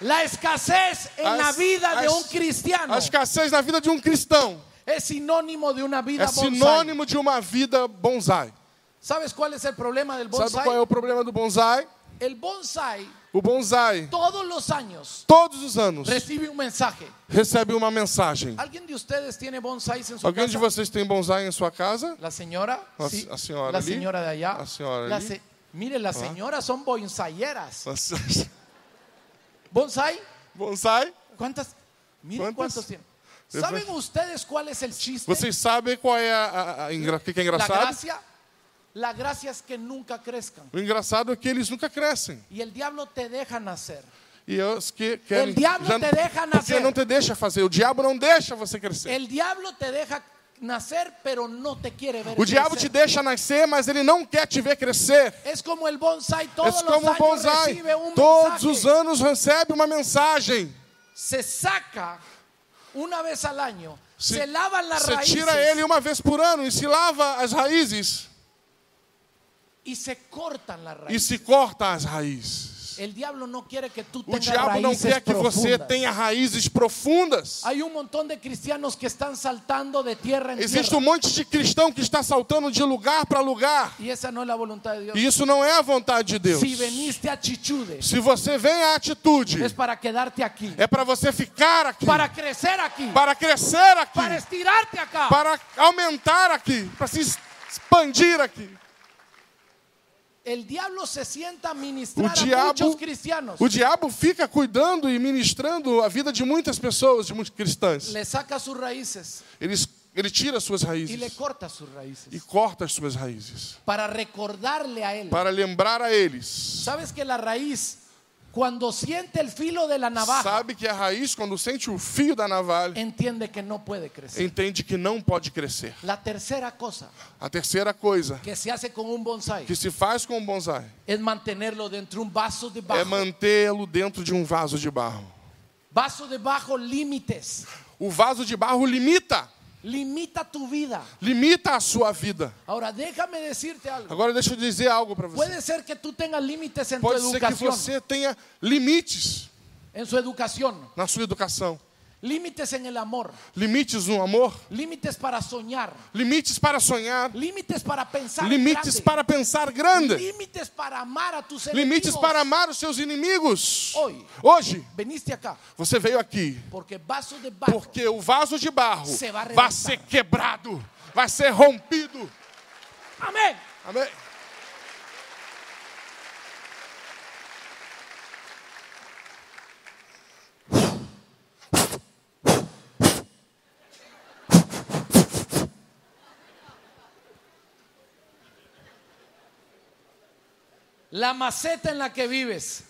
Speaker 2: La escasez en
Speaker 3: As-
Speaker 2: la vida de
Speaker 3: as-
Speaker 2: un cristiano
Speaker 3: A escassez na vida de um cristão
Speaker 2: es sinónimo de una vida
Speaker 3: é
Speaker 2: bonsai.
Speaker 3: sinônimo de uma vida bonsai.
Speaker 2: ¿Sabes cuál es el problema del
Speaker 3: Sabe
Speaker 2: bonsai?
Speaker 3: qual é o problema do bonsai?
Speaker 2: El bonsai
Speaker 3: O bonsai,
Speaker 2: todos los años
Speaker 3: todos os anos,
Speaker 2: recibe un mensaje.
Speaker 3: recebe uma mensagem.
Speaker 2: ¿Alguien de ustedes tiene bonsais en su
Speaker 3: Alguém de
Speaker 2: casa?
Speaker 3: vocês tem bonsai em sua casa?
Speaker 2: La señora,
Speaker 3: A-
Speaker 2: sí.
Speaker 3: a señora
Speaker 2: la
Speaker 3: allí.
Speaker 2: señora de allá.
Speaker 3: A señora ¿Ah?
Speaker 2: La
Speaker 3: allí.
Speaker 2: se- Mire, las señoras son bonsayeras. Bonsai,
Speaker 3: Bonsai?
Speaker 2: ¿cuántas? Miren
Speaker 3: ¿Cuántas?
Speaker 2: cuántos tienen. ¿Saben ustedes cuál es el chiste?
Speaker 3: Vocês sabem qual é a, a- a engra- o que que é
Speaker 2: La
Speaker 3: engraçado?
Speaker 2: gracia, la gracia es que nunca crezcan.
Speaker 3: O engraçado é que eles nunca crescem.
Speaker 2: Y el diablo te deja nacer.
Speaker 3: E é os que querem,
Speaker 2: El diabo
Speaker 3: já
Speaker 2: te
Speaker 3: não-
Speaker 2: deja
Speaker 3: Porque
Speaker 2: nascer.
Speaker 3: não te deixa fazer. O diabo não deixa você crescer.
Speaker 2: El diablo te deja nacer, pero no te quiere ver.
Speaker 3: o diabo te
Speaker 2: crecer.
Speaker 3: deixa nascer, mas ele não quer te ver crescer.
Speaker 2: Es como el bonsai,
Speaker 3: É
Speaker 2: todos los
Speaker 3: como um
Speaker 2: años
Speaker 3: bonsai.
Speaker 2: recibe un
Speaker 3: Todos
Speaker 2: mensaje.
Speaker 3: os anos recebe uma mensagem.
Speaker 2: Se saca una vez al año,
Speaker 3: Se-
Speaker 2: se lavan las
Speaker 3: Você
Speaker 2: raíces
Speaker 3: tira ele uma vez por ano e se lava as raízes
Speaker 2: y se cortan las
Speaker 3: e
Speaker 2: raíces.
Speaker 3: se corta as raízes. raízes.
Speaker 2: El diablo no quiere que tú
Speaker 3: O
Speaker 2: tengas
Speaker 3: diabo não
Speaker 2: raíces
Speaker 3: quer que você
Speaker 2: profundas.
Speaker 3: tenha raízes profundas.
Speaker 2: Hay un montón de cristianos que están saltando de tierra en
Speaker 3: Existe um
Speaker 2: tierra.
Speaker 3: monte de cristão que está saltando de lugar para lugar.
Speaker 2: Y esa no es la voluntad de Dios.
Speaker 3: E isso não é a vontade de Deus.
Speaker 2: Si veniste a Chichude,
Speaker 3: Se você vem à atitude,
Speaker 2: es para quedarte aquí,
Speaker 3: é para você ficar aqui,
Speaker 2: para crecer aquí,
Speaker 3: para crescer aqui,
Speaker 2: para estirarte acá.
Speaker 3: para aumentar aqui, para se es- expandir aqui.
Speaker 2: El diablo se sienta a
Speaker 3: O
Speaker 2: ministrar a muchos
Speaker 3: diabo,
Speaker 2: cristianos.
Speaker 3: o diabo fica cuidando e ministrando a vida de muitas pessoas, de muitos cristãs.
Speaker 2: Le saca sus raíces
Speaker 3: Ele, ele tira suas
Speaker 2: y le
Speaker 3: raízes
Speaker 2: corta sus
Speaker 3: e
Speaker 2: raíces
Speaker 3: corta as suas raízes
Speaker 2: para recordarle a él.
Speaker 3: para lembrar a eles.
Speaker 2: ¿Sabes que la raíz, cuando siente el filo de la navaja,
Speaker 3: Sabe que a raiz, quando sente o fio da navalha,
Speaker 2: entiende que no puede crecer?
Speaker 3: entende que não pode crescer.
Speaker 2: La tercera cosa
Speaker 3: A terceira coisa
Speaker 2: que se hace con un bonsai
Speaker 3: que se faz com o bonsai
Speaker 2: es mantenerlo dentro de un vaso de
Speaker 3: é
Speaker 2: barro.
Speaker 3: mantê-lo dentro de um vaso de barro.
Speaker 2: Vaso de bajo límites.
Speaker 3: O vaso de barro limita,
Speaker 2: Limita tu vida.
Speaker 3: limita a sua vida.
Speaker 2: Ahora déjame decirte algo.
Speaker 3: Agora deixa eu dizer algo para você.
Speaker 2: Puede ser que tú tengas límites en tu
Speaker 3: Pode ser que
Speaker 2: educación,
Speaker 3: você tenha limites
Speaker 2: en su educación,
Speaker 3: na sua educação,
Speaker 2: límites en el amor,
Speaker 3: limites no amor,
Speaker 2: límites para soñar,
Speaker 3: limites para sonhar,
Speaker 2: límites para pensar,
Speaker 3: limites
Speaker 2: grande,
Speaker 3: para pensar grande,
Speaker 2: límites para amar a tus enemigos.
Speaker 3: limites para amar os seus inimigos.
Speaker 2: Hoje.
Speaker 3: Hoje
Speaker 2: Veniste acá
Speaker 3: você veio aquí
Speaker 2: porque vaso de barro
Speaker 3: porque o vaso de barro
Speaker 2: Se vai
Speaker 3: vai
Speaker 2: arrebentar.
Speaker 3: ser quebrado, vai ser rompido.
Speaker 2: Amén.
Speaker 3: Amém.
Speaker 2: La maceta en la que vives.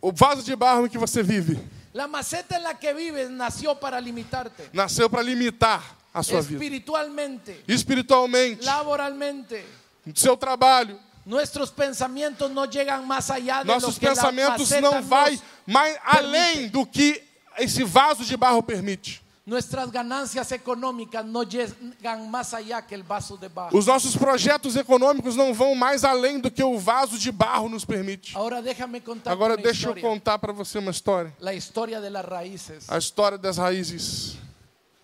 Speaker 3: O vaso de barro em que você vive
Speaker 2: La maceta en la que vives nació para limitarte.
Speaker 3: nasceu para limitar a sua vida.
Speaker 2: Espiritualmente,
Speaker 3: Espiritualmente,
Speaker 2: laboralmente.
Speaker 3: no seu trabalho,
Speaker 2: Nuestros pensamientos no llegan más allá de
Speaker 3: nossos
Speaker 2: lo que la
Speaker 3: pensamentos
Speaker 2: maceta
Speaker 3: não
Speaker 2: nos-
Speaker 3: vai mais além do que esse vaso de barro permite.
Speaker 2: Nuestras ganancias económicas no llegan más allá que el vaso de barro.
Speaker 3: Os nossos projetos econômicos não vão mais além do que o vaso de barro nos permite.
Speaker 2: Ahora déjame contar
Speaker 3: Agora
Speaker 2: una
Speaker 3: deixa eu
Speaker 2: historia.
Speaker 3: contar para você uma história,
Speaker 2: la historia de las raíces.
Speaker 3: a história das raízes.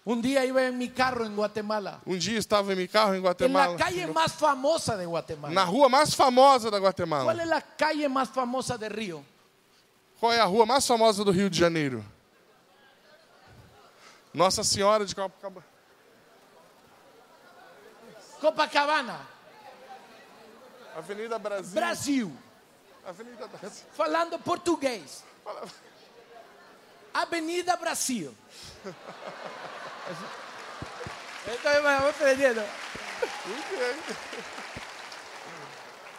Speaker 2: Un día iba en mi carro en Guatemala,
Speaker 3: Um dia estava em meu carro em
Speaker 2: en la
Speaker 3: Guatemala,
Speaker 2: calle más famosa de Guatemala.
Speaker 3: na rua mais famosa da
Speaker 2: ¿Cuál
Speaker 3: Guatemala.
Speaker 2: es la calle más famosa de Río?
Speaker 3: Qual é a rua mais famosa do Rio de Janeiro? Nossa Senhora de Copacabana.
Speaker 2: Copacabana,
Speaker 3: Avenida Brasil.
Speaker 2: Brasil,
Speaker 3: Avenida Brasil.
Speaker 2: falando português. Avenida Brasil. Estoy me ofendiendo.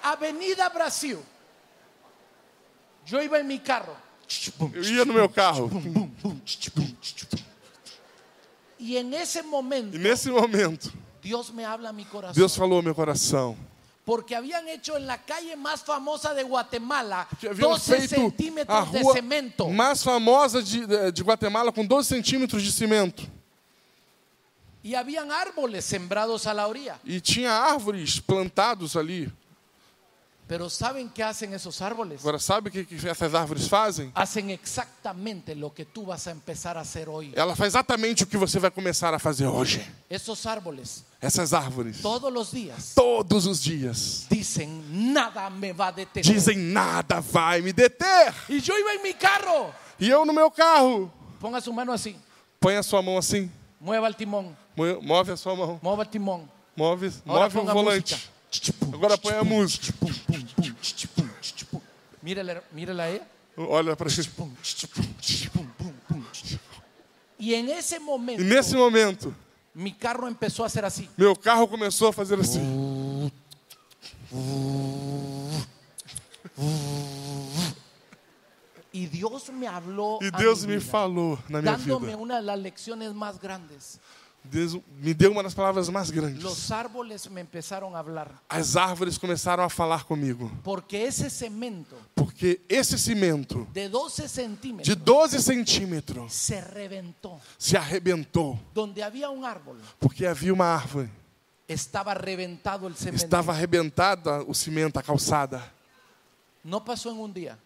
Speaker 2: Avenida Brasil. Yo iba en mi carro
Speaker 3: Eu ia no meu carro.
Speaker 2: y en ese
Speaker 3: E
Speaker 2: momento
Speaker 3: nesse momento,
Speaker 2: Dios me habla a mi corazón.
Speaker 3: Deus falou ao meu coração.
Speaker 2: Porque habían hecho en la calle más famosa de Guatemala
Speaker 3: Que haviam
Speaker 2: 12
Speaker 3: feito a
Speaker 2: centímetros de
Speaker 3: rua
Speaker 2: cemento.
Speaker 3: mais famosa de, eh, de Guatemala com 12 centímetros de cimento.
Speaker 2: Y habían árboles sembrados a la orilla.
Speaker 3: E tinha árvores plantados ali.
Speaker 2: Pero ¿saben qué hacen esos árboles?
Speaker 3: Agora, sabe o que, que essas árvores fazem?
Speaker 2: Hacen exactamente lo que tú vas a empezar a hacer hoy.
Speaker 3: Ela faz exatamente o que você vai começar a fazer hoje.
Speaker 2: Esos árboles,
Speaker 3: Essas árvores,
Speaker 2: todos los días,
Speaker 3: todos os dias,
Speaker 2: dicen, nada me va a detener.
Speaker 3: dizem nada vai me deter.
Speaker 2: Y yo iba en mi carro.
Speaker 3: E eu no meu carro.
Speaker 2: Ponga su mano así.
Speaker 3: Põe a sua mão assim.
Speaker 2: Mueva el timón.
Speaker 3: Mo- Move a sua mão.
Speaker 2: Mueva el timón.
Speaker 3: Move,
Speaker 2: Ahora
Speaker 3: move o
Speaker 2: ponga
Speaker 3: volante.
Speaker 2: música.
Speaker 3: Agora põe a música.
Speaker 2: Mírala, mírala a ella.
Speaker 3: Olha para gente.
Speaker 2: Y en ese
Speaker 3: E
Speaker 2: momento,
Speaker 3: nesse momento,
Speaker 2: mi carro empezó a hacer así.
Speaker 3: meu carro começou a fazer assim.
Speaker 2: Y Dios me habló.
Speaker 3: E
Speaker 2: a
Speaker 3: Deus
Speaker 2: mi
Speaker 3: me
Speaker 2: vida,
Speaker 3: falou na minha
Speaker 2: Dándome
Speaker 3: vida.
Speaker 2: una de las lecciones más grandes.
Speaker 3: Deus me deu uma das palavras mais grandes.
Speaker 2: Los árboles me empezaron a hablar.
Speaker 3: As árvores começaram a falar comigo.
Speaker 2: Porque ese cemento
Speaker 3: Porque esse cimento
Speaker 2: de 12
Speaker 3: de
Speaker 2: centímetros
Speaker 3: 12 centímetros
Speaker 2: se reventó.
Speaker 3: se arrebentou.
Speaker 2: Donde había un árbol,
Speaker 3: Porque havia uma árvore.
Speaker 2: estaba reventado el cemento.
Speaker 3: Estava arrebentada o cimento, a calçada.
Speaker 2: No pasó en un día.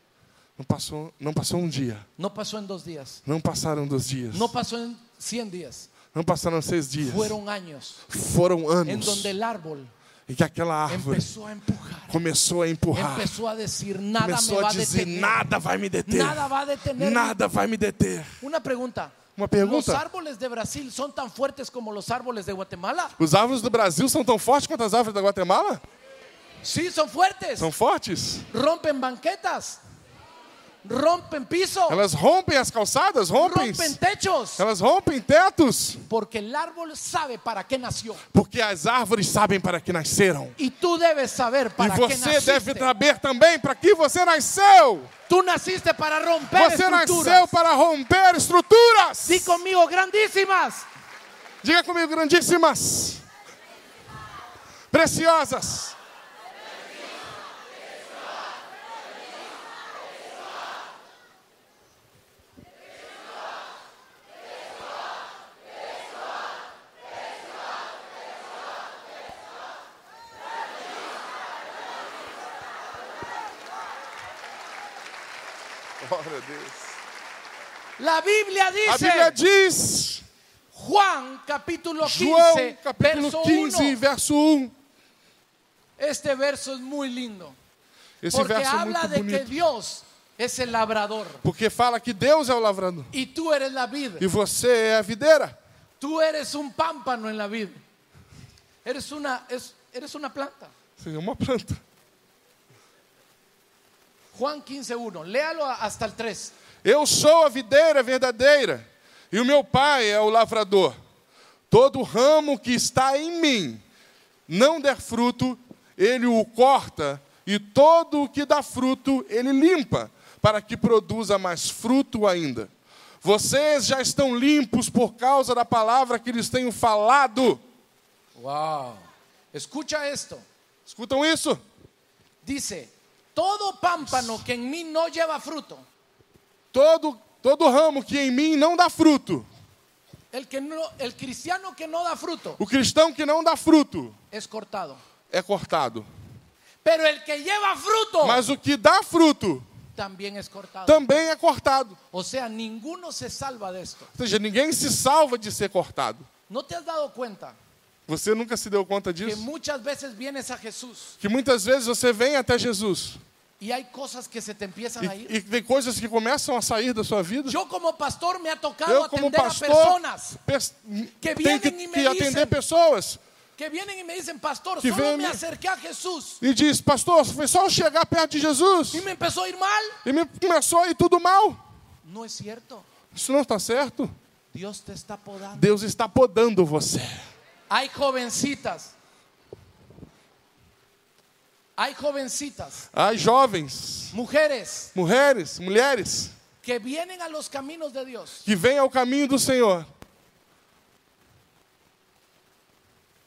Speaker 3: Não passou, não passou um dia.
Speaker 2: No pasó en dos días.
Speaker 3: Não passaram dois dias.
Speaker 2: No pasó en 100 días.
Speaker 3: Não passaram seis dias.
Speaker 2: Fueron años
Speaker 3: Foram
Speaker 2: en
Speaker 3: anos.
Speaker 2: donde el árbol
Speaker 3: E que aquela árvore
Speaker 2: empezó a empujar.
Speaker 3: começou a empurrar.
Speaker 2: Empezó a decir, nada me
Speaker 3: Começou
Speaker 2: va
Speaker 3: a
Speaker 2: a
Speaker 3: dizer:
Speaker 2: detener.
Speaker 3: nada vai me deter.
Speaker 2: Nada va a detener.
Speaker 3: Nada vai me deter.
Speaker 2: Una pregunta.
Speaker 3: Una
Speaker 2: ¿Los
Speaker 3: pregunta.
Speaker 2: árboles de Brasil son tan fuertes como los árboles de Guatemala?
Speaker 3: Os árvores do Brasil são tão fortes quanto as árvores da Guatemala?
Speaker 2: Sí, son fuertes.
Speaker 3: São fortes?
Speaker 2: Rompen banquetas. Rompen piso.
Speaker 3: Elas rompem as calçadas? Rompem?
Speaker 2: Rompen techos.
Speaker 3: Elas rompem tetos?
Speaker 2: Porque el árbol sabe para qué nació.
Speaker 3: Porque as árvores sabem para que nasceram.
Speaker 2: Y tú debes saber
Speaker 3: E
Speaker 2: para qué
Speaker 3: você
Speaker 2: naciste.
Speaker 3: deve saber também para que você nasceu.
Speaker 2: Tú naciste para romper
Speaker 3: Você nasceu
Speaker 2: estructuras.
Speaker 3: para romper estruturas.
Speaker 2: Sí, conmigo, grandísimas.
Speaker 3: Diga comigo, grandíssimas. Preciosas. Glória a Deus.
Speaker 2: La Biblia
Speaker 3: A Bíblia
Speaker 2: dice,
Speaker 3: diz,
Speaker 2: Juan capítulo 15,
Speaker 3: João capítulo
Speaker 2: verso
Speaker 3: 15,
Speaker 2: 1.
Speaker 3: verso 1.
Speaker 2: Este verso es muy lindo.
Speaker 3: Esse
Speaker 2: Porque
Speaker 3: verso é
Speaker 2: habla
Speaker 3: muito
Speaker 2: de que
Speaker 3: bonito.
Speaker 2: Dios es el labrador
Speaker 3: Porque fala que Deus é o lavrador
Speaker 2: y tú eres la vid.
Speaker 3: e você é a videira.
Speaker 2: Tú eres un pámpano en la vid. Eres una, es- eres una planta.
Speaker 3: Você é uma planta.
Speaker 2: Juan 15.1. Léalo a- hasta el 3.
Speaker 3: Eu sou a videira verdadeira e o meu pai é o lavrador. Todo ramo que está em mim não der fruto, ele o corta, e todo o que dá fruto, ele limpa, para que produza mais fruto ainda. Vocês já estão limpos por causa da palavra que lhes tenho falado.
Speaker 2: Wow. Escucha esto.
Speaker 3: Escutam isso?
Speaker 2: Dice, todo pámpano que en mí no lleva fruto,
Speaker 3: Todo, todo ramo que em mim não dá fruto,
Speaker 2: el, que no, el cristiano que no da fruto
Speaker 3: O cristão que não dá fruto
Speaker 2: es cortado.
Speaker 3: é cortado.
Speaker 2: Pero el que lleva fruto
Speaker 3: Mas o que dá fruto
Speaker 2: también es cortado.
Speaker 3: também é cortado.
Speaker 2: O sea, ninguno se salva de esto.
Speaker 3: Ou seja, ninguém se salva de ser cortado.
Speaker 2: ¿No te has dado cuenta
Speaker 3: Você nunca se deu conta
Speaker 2: que
Speaker 3: disso?
Speaker 2: muchas veces vienes a Jesús
Speaker 3: Que muitas vezes você vem até Jesus
Speaker 2: y hay cosas que se te empiezan a ir?
Speaker 3: e, e tem coisas que começam a sair da sua vida.
Speaker 2: Yo como pastor me ha tocado
Speaker 3: Eu, como
Speaker 2: atender
Speaker 3: pastor,
Speaker 2: a personas
Speaker 3: pers-
Speaker 2: que
Speaker 3: tenho que,
Speaker 2: vienen e me
Speaker 3: que atender
Speaker 2: dicen-
Speaker 3: pessoas
Speaker 2: que vienen y me dicen, pastor,
Speaker 3: que
Speaker 2: solo
Speaker 3: ven-
Speaker 2: me acerqué a Jesús
Speaker 3: e diz, pastor, foi só eu chegar perto de Jesus
Speaker 2: y me empezó a ir mal.
Speaker 3: e me começou a ir tudo mal.
Speaker 2: No es cierto.
Speaker 3: Isso não está certo?
Speaker 2: Dios te está podando.
Speaker 3: Deus está podando você.
Speaker 2: Hay jovencitas. Hay jovencitas,
Speaker 3: Ai, jovens,
Speaker 2: mujeres,
Speaker 3: Mulheres, mulheres,
Speaker 2: que vienen a los caminos de Dios
Speaker 3: que venham ao caminho do Senhor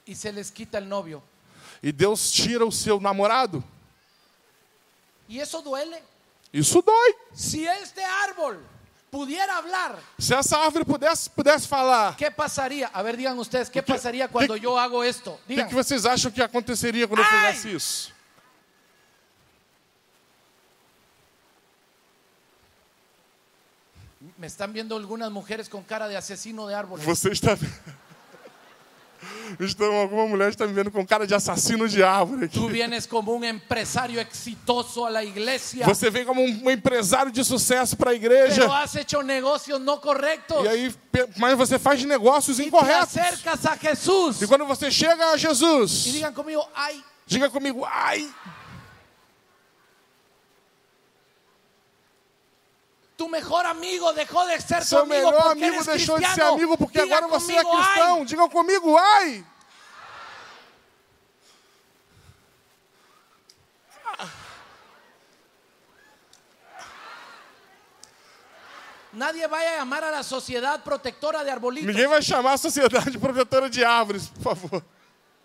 Speaker 2: y se les quita el novio.
Speaker 3: e Deus tira o seu namorado.
Speaker 2: Y eso duele.
Speaker 3: Isso dói.
Speaker 2: Si este árbol pudiera hablar,
Speaker 3: Se essa árvore pudesse, pudesse falar,
Speaker 2: ¿qué pasaría? A ver, digan ustedes, ¿qué pasaría
Speaker 3: qué-
Speaker 2: cuando yo hago esto?
Speaker 3: o
Speaker 2: Digan.
Speaker 3: que, que vocês acham que aconteceria quando eu
Speaker 2: Ai!
Speaker 3: fizesse isso?
Speaker 2: Me están viendo algunas mujeres con cara de asesino de árbol.
Speaker 3: Você está. Estão, alguma mulher está me vendo com cara de assassino de árvore aqui.
Speaker 2: Tú vienes como un empresario exitoso a la iglesia,
Speaker 3: Você vem como um, um empresário de sucesso para a igreja,
Speaker 2: pero has hecho negocios no correctos.
Speaker 3: e aí, pe- mas você faz negócios
Speaker 2: Te
Speaker 3: incorretos.
Speaker 2: acercas a Jesús
Speaker 3: E quando você chega a
Speaker 2: y
Speaker 3: Jesus,
Speaker 2: digan conmigo, ay,
Speaker 3: diga comigo, ai,
Speaker 2: tu mejor amigo dejó de ser tu
Speaker 3: Seu
Speaker 2: amigo
Speaker 3: melhor
Speaker 2: porque
Speaker 3: amigo
Speaker 2: eres
Speaker 3: deixou de ser
Speaker 2: cristiano.
Speaker 3: amigo porque
Speaker 2: Diga Então-
Speaker 3: agora você é
Speaker 2: conmigo, "Ay".
Speaker 3: cristão. Digam comigo, ai!
Speaker 2: Nadie vaya a llamar a la sociedad protectora de arbolitos.
Speaker 3: Ninguém vai chamar a sociedade protetora de árvores, por favor.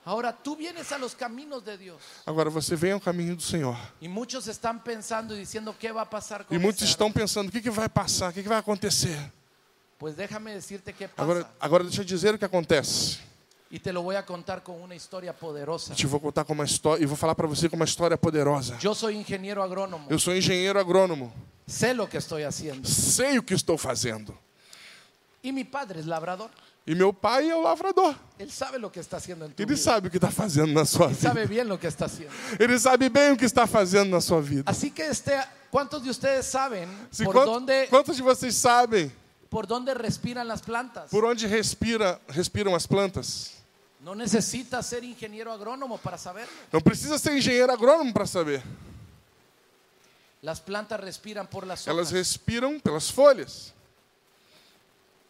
Speaker 2: Ahora tú vienes a los caminos de Dios
Speaker 3: Agora você vem ao caminho do Senhor.
Speaker 2: y muchos están pensando y diciendo qué va a pasar con
Speaker 3: E muitos
Speaker 2: ese
Speaker 3: estão pensando: o que, que vai passar? O que, que vai acontecer?
Speaker 2: árbol?" Pues déjame decirte qué pasa.
Speaker 3: Agora, agora deixa eu dizer o que acontece.
Speaker 2: Y te lo voy a contar con una historia poderosa.
Speaker 3: Eu te vou contar como uma história e vou falar para você como uma história poderosa.
Speaker 2: Yo soy ingeniero agrónomo.
Speaker 3: Eu sou engenheiro agrônomo,
Speaker 2: Sé lo que estoy haciendo.
Speaker 3: sei o que estou fazendo.
Speaker 2: Y mi padre es labrador.
Speaker 3: E meu pai é o lavrador.
Speaker 2: Él sabe lo que está haciendo en tu
Speaker 3: Ele
Speaker 2: vida.
Speaker 3: sabe o que está fazendo na sua vida.
Speaker 2: Sabe bien lo que está haciendo.
Speaker 3: Ele sabe bem o que está fazendo na sua vida.
Speaker 2: Así que este, ¿cuántos de ustedes saben
Speaker 3: Se
Speaker 2: Assim, por
Speaker 3: quant-
Speaker 2: dónde
Speaker 3: Quantos de vocês sabem
Speaker 2: por dónde respiran las plantas?
Speaker 3: por onde respira, respiram as plantas?
Speaker 2: No necesitas ser ingeniero agrónomo para saberlo.
Speaker 3: Não precisa ser engenheiro agrônomo para saber.
Speaker 2: Las plantas respiran por las hojas.
Speaker 3: Elas respiram pelas folhas.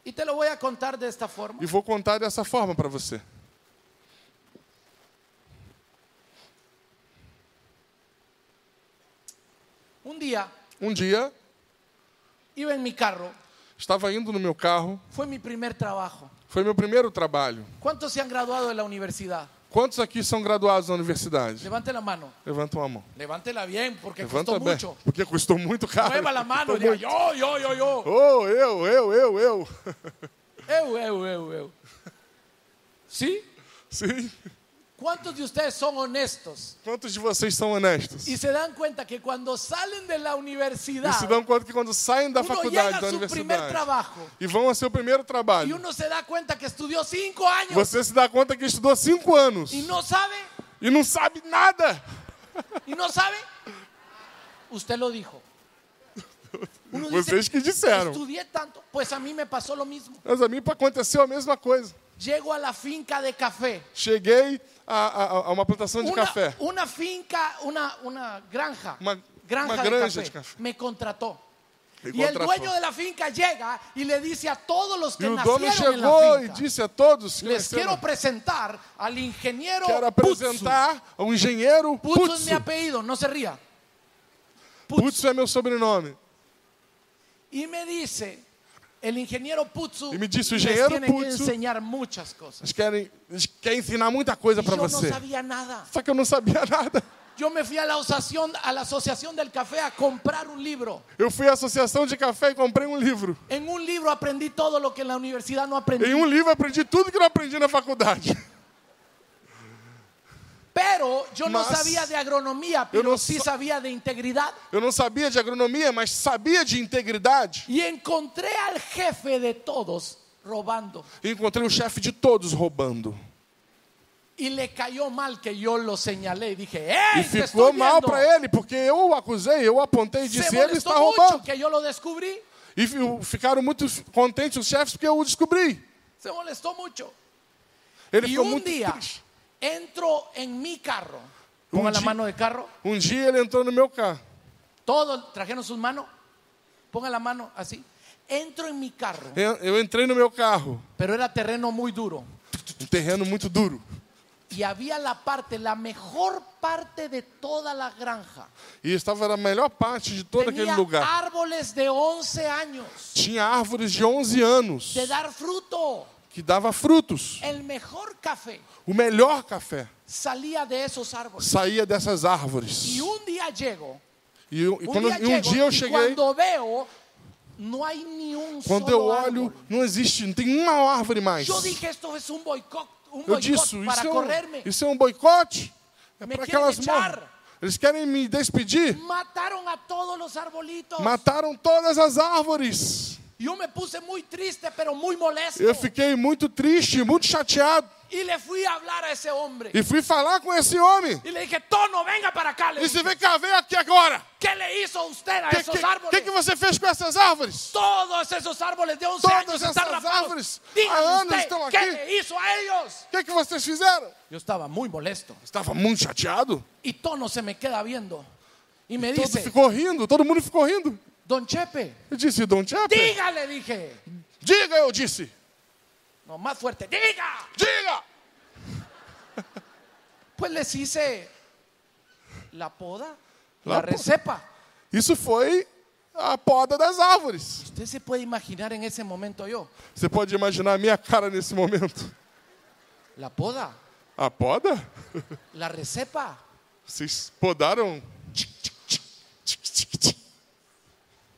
Speaker 2: Y te lo voy a contar de esta forma.
Speaker 3: E vou contar dessa forma para você.
Speaker 2: Un día
Speaker 3: Um dia,
Speaker 2: iba en mi carro.
Speaker 3: estava indo no meu carro,
Speaker 2: Fue mi primer trabajo.
Speaker 3: foi meu primeiro trabalho.
Speaker 2: ¿Cuántos se han graduado de la universidad?
Speaker 3: Quantos aqui são graduados na universidade?
Speaker 2: Levante la mano.
Speaker 3: Levanta uma mão.
Speaker 2: Levántela bien porque
Speaker 3: Levanta
Speaker 2: costó
Speaker 3: bem.
Speaker 2: mucho.
Speaker 3: Porque custou muito caro.
Speaker 2: Mueva la mano.
Speaker 3: Custou
Speaker 2: diga, yo,
Speaker 3: muito.
Speaker 2: yo, yo, yo.
Speaker 3: Oh, eu, eu, eu, eu.
Speaker 2: Eu, eu, eu, eu. ¿Sí?
Speaker 3: Sim.
Speaker 2: ¿Cuántos de ustedes son honestos?
Speaker 3: Quantos de vocês são honestos?
Speaker 2: Y se dan cuenta que cuando salen de la
Speaker 3: E
Speaker 2: universidad,
Speaker 3: se dão conta que quando saem da
Speaker 2: uno llega
Speaker 3: faculdade, da
Speaker 2: a su primer
Speaker 3: universidade,
Speaker 2: trabajo
Speaker 3: e vão ao seu primeiro
Speaker 2: y
Speaker 3: trabalho,
Speaker 2: uno se da cuenta que estudió cinco años
Speaker 3: você se dá conta que estudou cinco anos
Speaker 2: y no sabe,
Speaker 3: e não sabe nada.
Speaker 2: y no sabe. Usted lo dijo. Uno
Speaker 3: Vocês Pues que disseram.
Speaker 2: estudié tanto, pues a mim me passou lo mesmo.
Speaker 3: Mas a mim aconteceu a mesma coisa.
Speaker 2: Llego a la finca de café.
Speaker 3: Cheguei a, a- a uma plantação de
Speaker 2: Una,
Speaker 3: café.
Speaker 2: una finca, una, una granja.
Speaker 3: Uma-
Speaker 2: granja,
Speaker 3: uma
Speaker 2: de, café.
Speaker 3: granja de café.
Speaker 2: Me contrató.
Speaker 3: Me
Speaker 2: Y el
Speaker 3: contratou.
Speaker 2: dueño de la finca llega y le dice a todos los que
Speaker 3: E o dono
Speaker 2: nacieron en
Speaker 3: chegou
Speaker 2: la
Speaker 3: e
Speaker 2: finca.
Speaker 3: disse a todos que
Speaker 2: Les quiero
Speaker 3: nasceram,
Speaker 2: presentar al ingeniero
Speaker 3: quero
Speaker 2: Putzu.
Speaker 3: apresentar o engenheiro
Speaker 2: Putzu
Speaker 3: Putz.
Speaker 2: es mi apellido, no se ría.
Speaker 3: Putz é meu sobrenome.
Speaker 2: Y me dice, el ingeniero Putzu
Speaker 3: Y me dice,
Speaker 2: les
Speaker 3: "Ingeniero
Speaker 2: tiene que
Speaker 3: Putzu".
Speaker 2: enseñar muchas cosas.
Speaker 3: Eles querem, eles querem ensinar muita coisa
Speaker 2: Y yo
Speaker 3: para
Speaker 2: no
Speaker 3: você.
Speaker 2: sabía nada.
Speaker 3: Só que eu não sabia nada.
Speaker 2: Yo me fui a la asociación, a la asociación del café a comprar un libro.
Speaker 3: Eu fui à associação de café e comprei um livro.
Speaker 2: En un libro aprendí todo lo que en la universidad no aprendí.
Speaker 3: Em um livro eu aprendi tudo que eu não aprendi na faculdade.
Speaker 2: Pero yo no
Speaker 3: Mas-
Speaker 2: sabía de agronomía,
Speaker 3: Eu
Speaker 2: pero
Speaker 3: não
Speaker 2: sí
Speaker 3: sa-
Speaker 2: sabía de integridad.
Speaker 3: Eu não sabia de agronomia, mas sabia de integridade.
Speaker 2: Y encontré al jefe de todos robando.
Speaker 3: E encontrei o chefe de todos roubando.
Speaker 2: Y le cayó mal que yo lo señalé. Y dije,
Speaker 3: E
Speaker 2: ¡Ey, te
Speaker 3: ficou
Speaker 2: estoy
Speaker 3: mal
Speaker 2: viendo!
Speaker 3: para ele, porque eu o acusei, eu o apontei e
Speaker 2: Se
Speaker 3: disse: ele
Speaker 2: molestó
Speaker 3: está
Speaker 2: mucho
Speaker 3: roubando.
Speaker 2: que yo lo descobrí.
Speaker 3: E fi- ficaram muito contentes os chefes porque eu o descobri.
Speaker 2: Se molestó mucho.
Speaker 3: Ele
Speaker 2: y
Speaker 3: ficou
Speaker 2: un
Speaker 3: muito
Speaker 2: día
Speaker 3: triste.
Speaker 2: entro en mi carro.
Speaker 3: Un
Speaker 2: Pongan la
Speaker 3: día-
Speaker 2: mano de carro.
Speaker 3: Um dia ele entrou no meu carro.
Speaker 2: Todos trajeron sus manos. Pongan la mano así. Entro en mi carro.
Speaker 3: Eu eu entrei no meu carro,
Speaker 2: Pero era terreno muy duro.
Speaker 3: um terreno muito duro.
Speaker 2: Y había la parte, la mejor parte de toda la granja.
Speaker 3: E estava na melhor parte de todo aquele
Speaker 2: Tenía
Speaker 3: lugar.
Speaker 2: árboles de 11 años
Speaker 3: Tinha árvores de 11 anos
Speaker 2: de dar fruto.
Speaker 3: que dava frutos.
Speaker 2: El mejor café
Speaker 3: O melhor café
Speaker 2: salía de esos árboles.
Speaker 3: saía dessas árvores.
Speaker 2: Y un día llego.
Speaker 3: E, eu- e
Speaker 2: Un
Speaker 3: quando,
Speaker 2: día
Speaker 3: e um
Speaker 2: llego,
Speaker 3: dia eu
Speaker 2: y
Speaker 3: cheguei,
Speaker 2: cuando veo, no hay ni un
Speaker 3: quando eu
Speaker 2: solo
Speaker 3: olho,
Speaker 2: árbol.
Speaker 3: não existe, não tem uma árvore mais.
Speaker 2: Yo dije, esto es un boicot, un
Speaker 3: Eu
Speaker 2: boicot
Speaker 3: disse,
Speaker 2: para
Speaker 3: isso é
Speaker 2: correrme.
Speaker 3: um, isso é um boicote. É
Speaker 2: Me
Speaker 3: para que
Speaker 2: querem
Speaker 3: elas
Speaker 2: echar.
Speaker 3: morram. Eles querem me despedir.
Speaker 2: Mataron a todos los arbolitos.
Speaker 3: Mataram todas as árvores.
Speaker 2: Yo me puse muy triste, pero muy molesto.
Speaker 3: Eu fiquei muito triste, muito chateado.
Speaker 2: Y le fui a hablar a ese hombre.
Speaker 3: E fui falar com esse homem.
Speaker 2: Y le dije, Tono, venga para acá. Le
Speaker 3: E se
Speaker 2: dije,
Speaker 3: vem cá, vem aqui agora.
Speaker 2: ¿Qué le hizo usted a
Speaker 3: O que,
Speaker 2: esos
Speaker 3: que,
Speaker 2: árboles?
Speaker 3: que, que você fez com essas árvores?
Speaker 2: Todos esos árboles de 11
Speaker 3: Todas
Speaker 2: años están
Speaker 3: essas
Speaker 2: rapados.
Speaker 3: árvores há
Speaker 2: Dígame
Speaker 3: anos
Speaker 2: usted,
Speaker 3: estão
Speaker 2: ¿qué
Speaker 3: aqui.
Speaker 2: le hizo a ellos?
Speaker 3: O que, que vocês fizeram?
Speaker 2: Yo estaba muy molesto.
Speaker 3: Estava muito chateado.
Speaker 2: Y Tono se me queda viendo. Y me
Speaker 3: Todo
Speaker 2: dice,
Speaker 3: ficou rindo, todo mundo ficou rindo.
Speaker 2: Don Chepe,
Speaker 3: Eu disse, Dom Tchepe,
Speaker 2: dígale, dije.
Speaker 3: diga, eu disse,
Speaker 2: No, más fuerte, diga.
Speaker 3: diga.
Speaker 2: Pues les hice la poda,
Speaker 3: La
Speaker 2: la,
Speaker 3: poda.
Speaker 2: recepa.
Speaker 3: Isso foi a poda das árvores.
Speaker 2: Usted se puede imaginar en ese momento yo,
Speaker 3: Você pode imaginar a minha cara nesse momento.
Speaker 2: la poda,
Speaker 3: A poda?
Speaker 2: la recepa.
Speaker 3: Vocês podaram?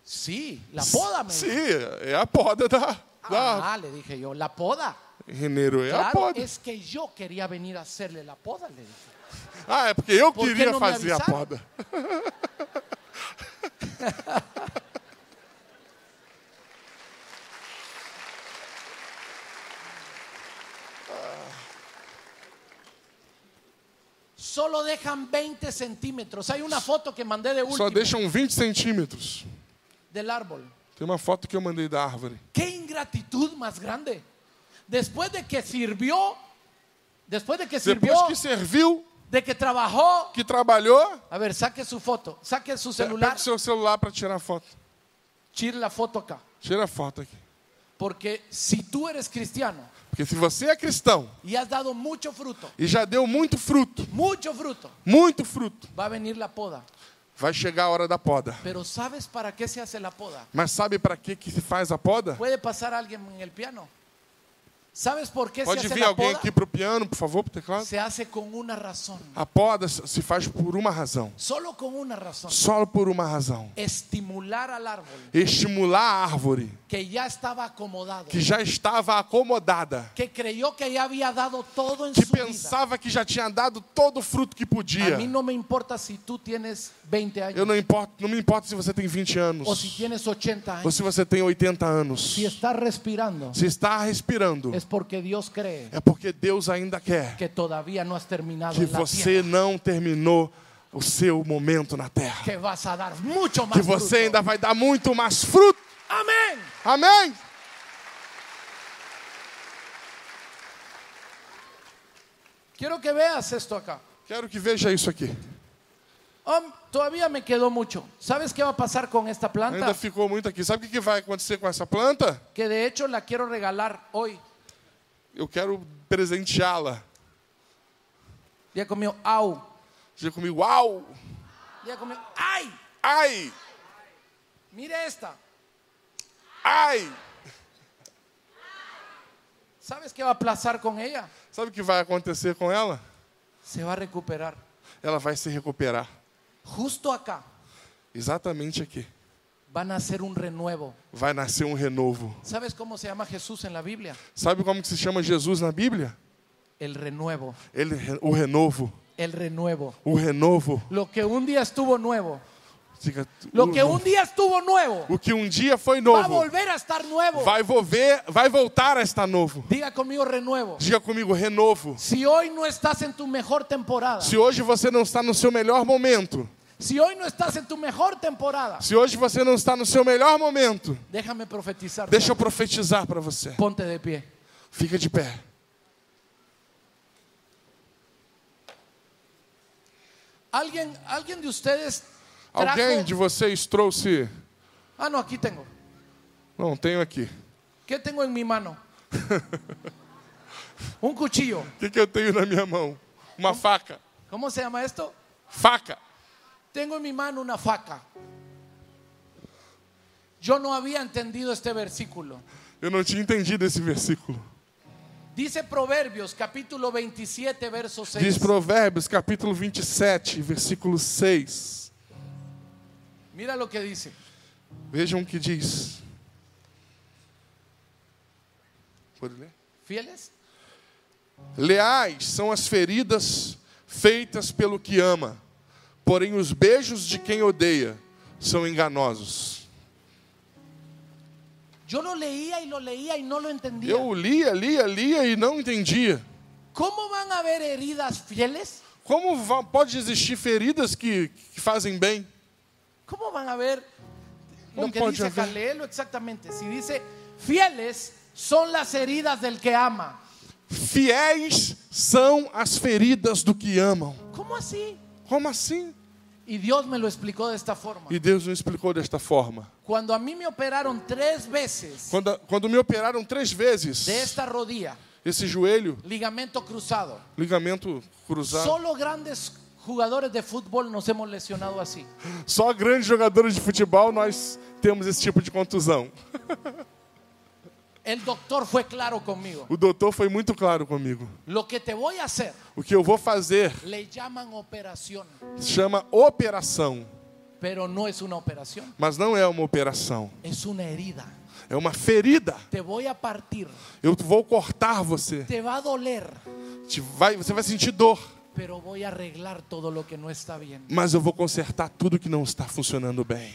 Speaker 2: Sí, la poda me dijo.
Speaker 3: Sim, é a poda da, da
Speaker 2: Ah, le dije yo, la poda.
Speaker 3: Renero é a
Speaker 2: Ah. Claro,
Speaker 3: poda.
Speaker 2: es que yo quería venir a hacerle la poda, le dije.
Speaker 3: Ah, é porque eu
Speaker 2: Por que
Speaker 3: queria
Speaker 2: não me
Speaker 3: fazer a
Speaker 2: avisaram?
Speaker 3: poda.
Speaker 2: Solo dejan 20 centímetros. Hay una foto que mandé de último
Speaker 3: Só deixam 20 centímetros.
Speaker 2: del árbol.
Speaker 3: Tem uma foto que eu mandei da árvore.
Speaker 2: Qué ingratitud más grande. Después de que sirvió, después de que sirvió,
Speaker 3: Depois que serviu,
Speaker 2: de que trabajó.
Speaker 3: que trabalhou,
Speaker 2: A ver, saque su foto, saque su
Speaker 3: pega
Speaker 2: celular,
Speaker 3: o seu celular para tirar foto.
Speaker 2: chir la foto acá.
Speaker 3: Tira a foto aqui.
Speaker 2: Porque si tú eres cristiano
Speaker 3: Porque se você é cristão
Speaker 2: y has dado mucho fruto,
Speaker 3: e já deu muito fruto,
Speaker 2: mucho fruto,
Speaker 3: muito fruto,
Speaker 2: va a venir la poda.
Speaker 3: vai chegar a hora da poda.
Speaker 2: Pero ¿sabes para qué se hace la poda?
Speaker 3: Mas sabe para que que se faz a poda?
Speaker 2: Puede pasar alguien en el piano. ¿Sabes por qué se
Speaker 3: Pode
Speaker 2: hace
Speaker 3: vir
Speaker 2: la
Speaker 3: alguém
Speaker 2: poda?
Speaker 3: aqui pro piano, por favor, pro teclado?
Speaker 2: Se hace con una razón.
Speaker 3: A poda se faz por uma razão.
Speaker 2: Solo con una razón.
Speaker 3: Só por uma razão.
Speaker 2: Estimular al árbol
Speaker 3: Estimular a árvore
Speaker 2: que ya estaba acomodado,
Speaker 3: que já estava acomodada,
Speaker 2: que creyó que ya había dado todo en
Speaker 3: que
Speaker 2: su vida.
Speaker 3: pensava que já tinha dado todo o fruto que podia.
Speaker 2: A mí no me importa si tú tienes 20
Speaker 3: Eu
Speaker 2: años
Speaker 3: não importo, não me importa se você tem 20
Speaker 2: o si
Speaker 3: anos
Speaker 2: tienes 80
Speaker 3: ou
Speaker 2: años.
Speaker 3: se você tem 80 anos.
Speaker 2: Si estás respirando
Speaker 3: Se está respirando,
Speaker 2: es porque Dios cree
Speaker 3: é porque Deus ainda quer
Speaker 2: que todavía no has terminado
Speaker 3: que
Speaker 2: en la tierra,
Speaker 3: você não terminou o seu momento na terra.
Speaker 2: que vas a dar mucho más
Speaker 3: Que você
Speaker 2: fruto.
Speaker 3: ainda vai dar muito mais fruto.
Speaker 2: Amén.
Speaker 3: Amém?
Speaker 2: Quiero que veas esto acá.
Speaker 3: Quero que veja isso aqui.
Speaker 2: Hom, todavía me quedó mucho. ¿Sabes qué va a pasar con esta
Speaker 3: Ainda
Speaker 2: planta?
Speaker 3: ficou muito aqui. Sabe o que que vai acontecer com essa planta?
Speaker 2: Que de hecho la quiero regalar hoy.
Speaker 3: Eu quero presenteá-la.
Speaker 2: Ya comió au.
Speaker 3: Diga comigo, uau!
Speaker 2: Ya comió ay.
Speaker 3: Ai!
Speaker 2: Mire esta.
Speaker 3: Ai!
Speaker 2: ¿Sabes qué va a pasar con ella?
Speaker 3: Sabe o que vai acontecer com ela?
Speaker 2: Se va a recuperar.
Speaker 3: Ela vai se recuperar.
Speaker 2: Justo acá
Speaker 3: Exatamente aqui.
Speaker 2: van a hacer un renuevo.
Speaker 3: Vai nascer um renovo.
Speaker 2: ¿Sabes cómo se llama Jesús en la Biblia?
Speaker 3: Sabe como que se chama Jesus na Bíblia?
Speaker 2: El renuevo.
Speaker 3: Ele, o renovo.
Speaker 2: El renuevo.
Speaker 3: O renovo.
Speaker 2: Lo que un día estuvo nuevo.
Speaker 3: Diga,
Speaker 2: Lo
Speaker 3: o-
Speaker 2: que un día estuvo nuevo.
Speaker 3: o que um dia foi
Speaker 2: Va a
Speaker 3: novo
Speaker 2: volver a estar nuevo.
Speaker 3: vai, volver, vai voltar a estar novo.
Speaker 2: Diga conmigo renuevo.
Speaker 3: Diga comigo, renovo.
Speaker 2: Si hoy no estás en tu mejor temporada.
Speaker 3: Se hoje você não está no seu melhor momento,
Speaker 2: Si hoy no estás en tu mejor temporada,
Speaker 3: se hoje você não está no seu melhor momento,
Speaker 2: déjame profetizar.
Speaker 3: deixa eu profetizar para você.
Speaker 2: Ponte de pie.
Speaker 3: Fica de pé.
Speaker 2: ¿Alguien, alguien de ustedes trajo?
Speaker 3: Alguém de vocês trouxe.
Speaker 2: Ah, no, aquí tengo.
Speaker 3: Não, tenho aqui.
Speaker 2: ¿Qué tengo en mi mano? Un cuchillo.
Speaker 3: O que, que eu tenho na minha mão? Uma faca.
Speaker 2: ¿Cómo se llama esto?
Speaker 3: Faca.
Speaker 2: Tengo en mi mano una faca. Yo no había entendido este versículo.
Speaker 3: Eu não tinha entendido esse versículo.
Speaker 2: Dice Proverbios capítulo 27, verso 6.
Speaker 3: Diz Provérbios, capítulo 27, versículo 6.
Speaker 2: Mira lo que dice.
Speaker 3: Vejam o que diz. Pode ler?
Speaker 2: ¿Fieles?
Speaker 3: Leais são as feridas feitas pelo que ama, porém os beijos de quem odeia são enganosos.
Speaker 2: Yo lo leía y lo leía y no lo entendía.
Speaker 3: Eu lia, lia, lia e não entendia.
Speaker 2: ¿Cómo van a haber heridas fieles?
Speaker 3: Como va- pode existir feridas que, que fazem bem?
Speaker 2: ¿Cómo van a ver lo
Speaker 3: ¿Cómo
Speaker 2: que
Speaker 3: puede
Speaker 2: dice acá?
Speaker 3: haber?
Speaker 2: Léelo exactamente. Si dice, fieles son las heridas del que ama.
Speaker 3: Fiéis são as feridas do que amam.
Speaker 2: ¿Cómo así?
Speaker 3: Como assim?
Speaker 2: Y Dios me lo explicó de esta forma.
Speaker 3: E Deus nos explicou desta forma.
Speaker 2: Cuando a mí me operaron tres veces
Speaker 3: Quando, quando me operaram três vezes,
Speaker 2: de esta rodilla,
Speaker 3: esse joelho,
Speaker 2: ligamento cruzado,
Speaker 3: ligamento cruzado,
Speaker 2: solo grandes jugadores de fútbol nos hemos lesionado así.
Speaker 3: só grandes jogadores de futebol nós temos esse tipo de contusão.
Speaker 2: El doctor fue claro conmigo.
Speaker 3: O doutor foi muito claro comigo.
Speaker 2: Lo que te voy a hacer
Speaker 3: O que eu vou fazer
Speaker 2: le llaman operación.
Speaker 3: chama operação.
Speaker 2: pero no es una operación,
Speaker 3: Mas não é uma operação,
Speaker 2: es una herida.
Speaker 3: é uma ferida.
Speaker 2: Te voy a partir,
Speaker 3: Eu vou cortar você.
Speaker 2: te va a doler,
Speaker 3: Te vai, você vai sentir dor,
Speaker 2: pero voy a arreglar todo lo que no está bien.
Speaker 3: mas eu vou consertar tudo que não está funcionando bem.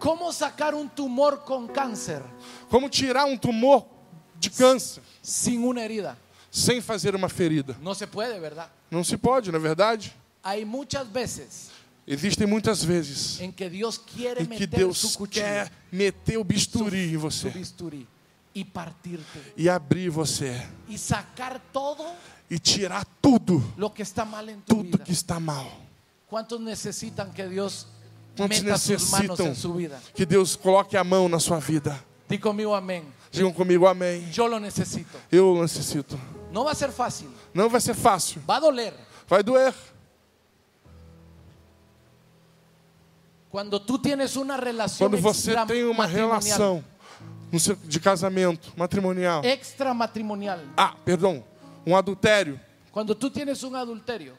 Speaker 2: ¿Cómo sacar un tumor con cáncer
Speaker 3: Como tirar um tumor de câncer
Speaker 2: sin una herida?
Speaker 3: sem fazer uma ferida?
Speaker 2: No se puede, ¿verdad?
Speaker 3: Não se pode, na é verdade.
Speaker 2: Hay muchas veces
Speaker 3: Existem muitas vezes
Speaker 2: en que Dios quiere
Speaker 3: em que
Speaker 2: meter su
Speaker 3: Deus
Speaker 2: cuchillo,
Speaker 3: quer meter o bisturi em
Speaker 2: su
Speaker 3: você
Speaker 2: bisturí y partirte
Speaker 3: e abrir você
Speaker 2: y sacar todo
Speaker 3: e tirar tudo,
Speaker 2: lo que está mal en tu
Speaker 3: tudo
Speaker 2: vida.
Speaker 3: que está mal.
Speaker 2: ¿Cuántos necesitan que Dios
Speaker 3: Quantos
Speaker 2: meta sus manos
Speaker 3: necessitam
Speaker 2: en su vida?
Speaker 3: que Deus coloque a mão na sua vida?
Speaker 2: Di conmigo amén.
Speaker 3: Digam comigo, amém.
Speaker 2: Yo lo necesito.
Speaker 3: Eu necessito.
Speaker 2: No va a ser fácil,
Speaker 3: Não vai ser fácil,
Speaker 2: va a doler.
Speaker 3: vai doer.
Speaker 2: Cuando tú tienes una relación
Speaker 3: Quando você
Speaker 2: extra-
Speaker 3: tem uma
Speaker 2: matrimonial-
Speaker 3: relação no seu- de casamento, matrimonial.
Speaker 2: É. extramatrimonial,
Speaker 3: Ah, perdão, um adultério.
Speaker 2: cuando tú tienes un adulterio,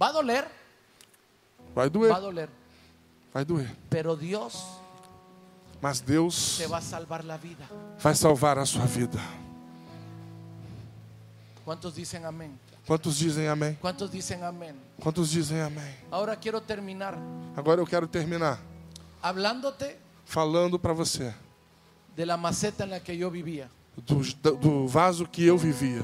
Speaker 2: va a doler,
Speaker 3: Vai
Speaker 2: va a
Speaker 3: doer,
Speaker 2: doler,
Speaker 3: vai doer.
Speaker 2: pero Dios
Speaker 3: Mas Deus
Speaker 2: te va a salvar la vida.
Speaker 3: vai salvar a sua vida.
Speaker 2: ¿Cuántos dicen amén?
Speaker 3: Quantos dizem amém?
Speaker 2: ¿Cuántos dicen amén?
Speaker 3: Quantos dizem amém?
Speaker 2: Ahora quiero terminar
Speaker 3: Agora eu quero terminar
Speaker 2: hablándote
Speaker 3: falando para você
Speaker 2: de la maceta en la que yo vivía.
Speaker 3: do, do vaso que eu vivia.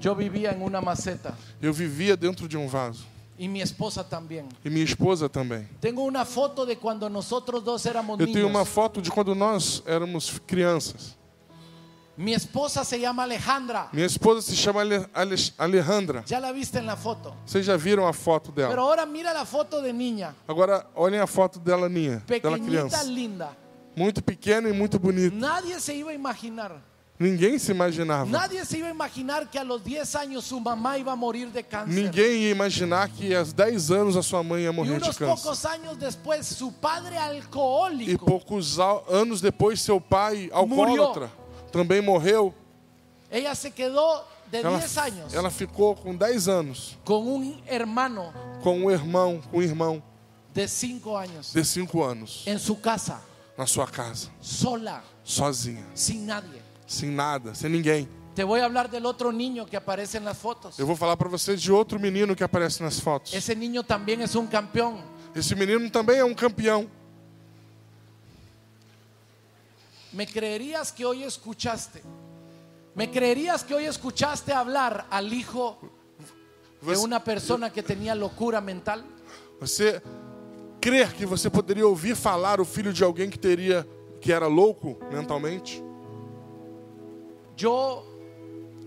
Speaker 2: Yo vivía en una maceta
Speaker 3: Eu vivia dentro de um vaso.
Speaker 2: y mi esposa también.
Speaker 3: E minha esposa também.
Speaker 2: Tengo una foto de cuando nosotros dos éramos
Speaker 3: Eu tenho uma
Speaker 2: niños.
Speaker 3: foto de quando nós éramos crianças.
Speaker 2: Mi esposa se llama Alejandra.
Speaker 3: Minha esposa se chama Ale- Ale- Alejandra.
Speaker 2: Ya la viste en la foto.
Speaker 3: Vocês já viram a foto
Speaker 2: Pero
Speaker 3: dela?
Speaker 2: ahora mira la foto de niña.
Speaker 3: Agora olhem a foto dela minha, dela
Speaker 2: Pequeñita,
Speaker 3: criança.
Speaker 2: linda.
Speaker 3: Muito pequena e muito bonita.
Speaker 2: Nadie se iba a imaginar.
Speaker 3: Ninguém se imaginava.
Speaker 2: Nadie se iba a imaginar que a los 10 años su mamá iba a morir de cáncer.
Speaker 3: Ninguém ia imaginar que aos 10 anos a sua mãe ia
Speaker 2: Y
Speaker 3: morrer de
Speaker 2: unos
Speaker 3: câncer.
Speaker 2: pocos años después, su padre
Speaker 3: E
Speaker 2: alcohólico.
Speaker 3: poucos a- anos depois, seu pai, alcoólatra, também morreu.
Speaker 2: Ella se quedó de
Speaker 3: Ela,
Speaker 2: 10 años
Speaker 3: ela ficou com 10 anos
Speaker 2: con un hermano
Speaker 3: com um irmão, com um irmão
Speaker 2: de 5 años
Speaker 3: de 5 anos,
Speaker 2: en su casa,
Speaker 3: na sua casa,
Speaker 2: sola,
Speaker 3: sozinha,
Speaker 2: sin nadie.
Speaker 3: sem nada, sem ninguém.
Speaker 2: Te voy a hablar del otro niño que aparece en las fotos.
Speaker 3: Eu vou falar para vocês de outro menino que aparece nas fotos.
Speaker 2: Ese niño también es un campeón.
Speaker 3: Esse menino também é um campeão.
Speaker 2: ¿Me creerías que hoy escuchaste? ¿Me creerías que hoy escuchaste hablar al hijo de
Speaker 3: Você-
Speaker 2: una persona que tenía locura mental?
Speaker 3: Você crer que você poderia ouvir falar o filho de alguém que teria que era louco mentalmente?
Speaker 2: Yo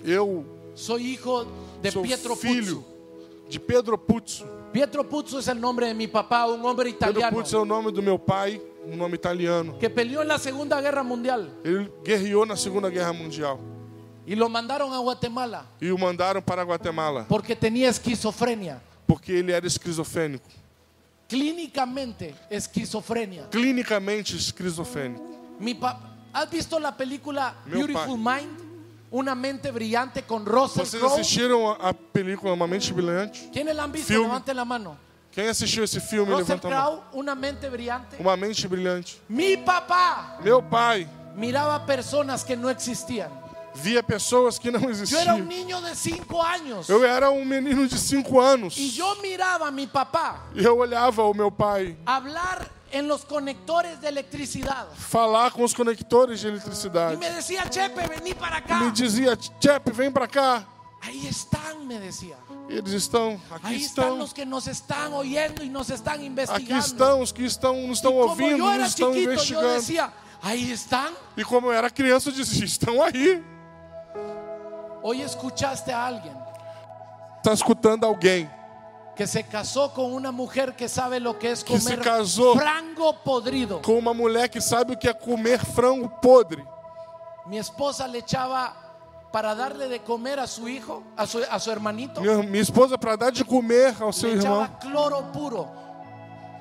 Speaker 3: Eu
Speaker 2: soy hijo de
Speaker 3: sou
Speaker 2: Pietro
Speaker 3: filho
Speaker 2: Puzzo.
Speaker 3: de Pedro Puzzo.
Speaker 2: Pietro Puzzo es el nombre de mi papá, un hombre
Speaker 3: Pedro
Speaker 2: italiano
Speaker 3: Puzzo é o nome do meu pai, um nome italiano.
Speaker 2: que peleó en la Segunda Guerra Mundial
Speaker 3: Ele guerreou na Segunda Guerra Mundial
Speaker 2: y lo mandaron a Guatemala
Speaker 3: e o mandaram para Guatemala
Speaker 2: porque tenía esquizofrenia,
Speaker 3: porque ele era esquizofrênico,
Speaker 2: clínicamente esquizofrenia.
Speaker 3: clinicamente esquizofrênico.
Speaker 2: Mi pa- ¿Has visto la película
Speaker 3: Meu
Speaker 2: Beautiful Mind? Una mente brillante con Russell
Speaker 3: Vocês
Speaker 2: Crowe.
Speaker 3: assistiram a a película Uma Mente Brilhante?
Speaker 2: ¿Quiénes la han visto?
Speaker 3: Filme.
Speaker 2: Levanten la mano.
Speaker 3: Quem assistiu esse filme
Speaker 2: Russell
Speaker 3: levanta a mão.
Speaker 2: Crowe, una mente brillante.
Speaker 3: Uma Mente Brilhante.
Speaker 2: Mi papá
Speaker 3: Meu pai
Speaker 2: miraba personas que no existían.
Speaker 3: via pessoas que não
Speaker 2: Yo era un
Speaker 3: existiam.
Speaker 2: niño de cinco años
Speaker 3: Eu era um menino de 5 anos.
Speaker 2: y yo miraba a mi papá
Speaker 3: E eu olhava o meu pai
Speaker 2: hablar en los conectores de electricidad
Speaker 3: falar com os conectores de
Speaker 2: y
Speaker 3: eletricidade.
Speaker 2: me decía, Chepe, vení para
Speaker 3: Me
Speaker 2: acá.
Speaker 3: dizia, Chep, vem pra cá.
Speaker 2: Ahí están, me decía.
Speaker 3: E eles estão, aqui
Speaker 2: Ahí están
Speaker 3: estão.
Speaker 2: los que nos están oyendo y nos están
Speaker 3: Aqui
Speaker 2: investigando.
Speaker 3: estão os que estão, nos estão
Speaker 2: Como
Speaker 3: ouvindo,
Speaker 2: yo era
Speaker 3: nos estão
Speaker 2: chiquito, yo
Speaker 3: investigando.
Speaker 2: decía, ahí están.
Speaker 3: E como eu era criança, eu dizia, estão aí.
Speaker 2: Hoy escuchaste a alguien
Speaker 3: Tá escutando alguém.
Speaker 2: que se casó con una mujer que sabe lo que es comer
Speaker 3: se casó.
Speaker 2: frango podrido.
Speaker 3: Com uma mulher que sabe o que é comer frango podre.
Speaker 2: Mi esposa le echaba para darle de comer a su hijo, a su, a su hermanito,
Speaker 3: Minha, minha esposa, pra dar de comer ao seu
Speaker 2: le
Speaker 3: irmão,
Speaker 2: echaba cloro puro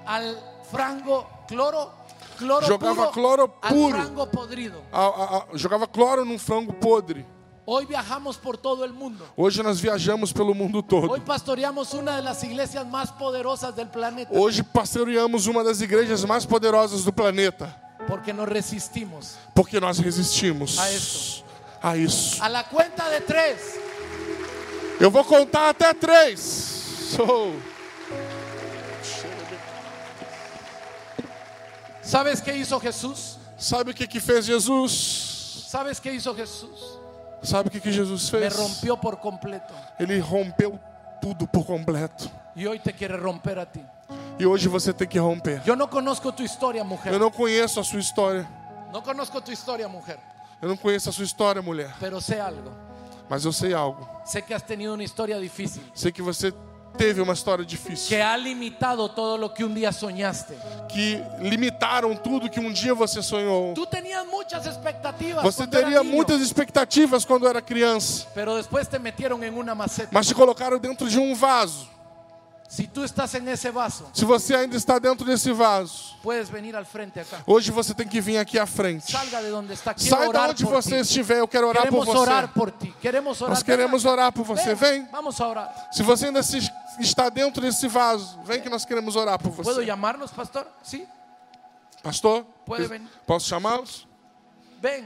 Speaker 2: al frango, cloro, cloro
Speaker 3: Jogaba
Speaker 2: puro,
Speaker 3: cloro
Speaker 2: al
Speaker 3: puro.
Speaker 2: frango podrido.
Speaker 3: a- a- a- jogava cloro num frango podre.
Speaker 2: Hoy viajamos por todo el mundo.
Speaker 3: Hoje nós viajamos pelo mundo
Speaker 2: Hoy
Speaker 3: todo.
Speaker 2: pastoreamos una de las iglesias más poderosas del planeta
Speaker 3: Hoje pastoreamos uma das igrejas mais poderosas do planeta,
Speaker 2: porque nos resistimos.
Speaker 3: porque nós resistimos
Speaker 2: A isso.
Speaker 3: a isso.
Speaker 2: A la cuenta de tres,
Speaker 3: Eu vou contar até três. Oh. Sou.
Speaker 2: ¿sabes qué hizo Jesús?
Speaker 3: Sabe o que, que fez Jesus?
Speaker 2: ¿Sabes qué hizo Jesús?
Speaker 3: Sabe o que, que Jesus
Speaker 2: Me
Speaker 3: fez?
Speaker 2: rompió por completo.
Speaker 3: Ele rompeu tudo por completo.
Speaker 2: Y hoy te quiere romper a ti.
Speaker 3: E hoje você tem que romper.
Speaker 2: Yo no conozco tu historia,
Speaker 3: Eu
Speaker 2: mujer.
Speaker 3: não conheço a sua história.
Speaker 2: No conozco tu historia, mujer.
Speaker 3: Eu não conheço a sua história, mulher.
Speaker 2: Pero sé algo.
Speaker 3: Mas eu sei algo.
Speaker 2: Sé que has tenido una historia difícil.
Speaker 3: Sei que você teve uma história difícil.
Speaker 2: Que é- ha limitado todo lo que un día soñaste.
Speaker 3: Que limitaram tudo que um dia você sonhou.
Speaker 2: Tú tenías muchas expectativas.
Speaker 3: Você
Speaker 2: cuando eras
Speaker 3: teria
Speaker 2: niño,
Speaker 3: muitas expectativas quando era criança.
Speaker 2: Pero después te metieron en una maceta.
Speaker 3: Mas te colocaram dentro de um vaso.
Speaker 2: Si tú estás en ese vaso,
Speaker 3: Se você ainda está dentro desse vaso,
Speaker 2: puedes venir al frente acá.
Speaker 3: hoje você tem que vir aqui à frente.
Speaker 2: Salga de donde está. Quiero
Speaker 3: Sai de
Speaker 2: orar
Speaker 3: onde
Speaker 2: por
Speaker 3: você
Speaker 2: ti.
Speaker 3: estiver, eu quero pues, orar por
Speaker 2: Queremos
Speaker 3: você.
Speaker 2: orar por ti. Queremos orar.
Speaker 3: Nós queremos
Speaker 2: Ven acá.
Speaker 3: orar por você. Vem.
Speaker 2: Vamos a orar.
Speaker 3: Se você ainda se- está dentro desse vaso, vem que nós queremos orar por
Speaker 2: ¿Puedo
Speaker 3: você.
Speaker 2: llamarlos, pastor? Sí.
Speaker 3: Pastor,
Speaker 2: Pode vir.
Speaker 3: posso chamá-los?
Speaker 2: Ven.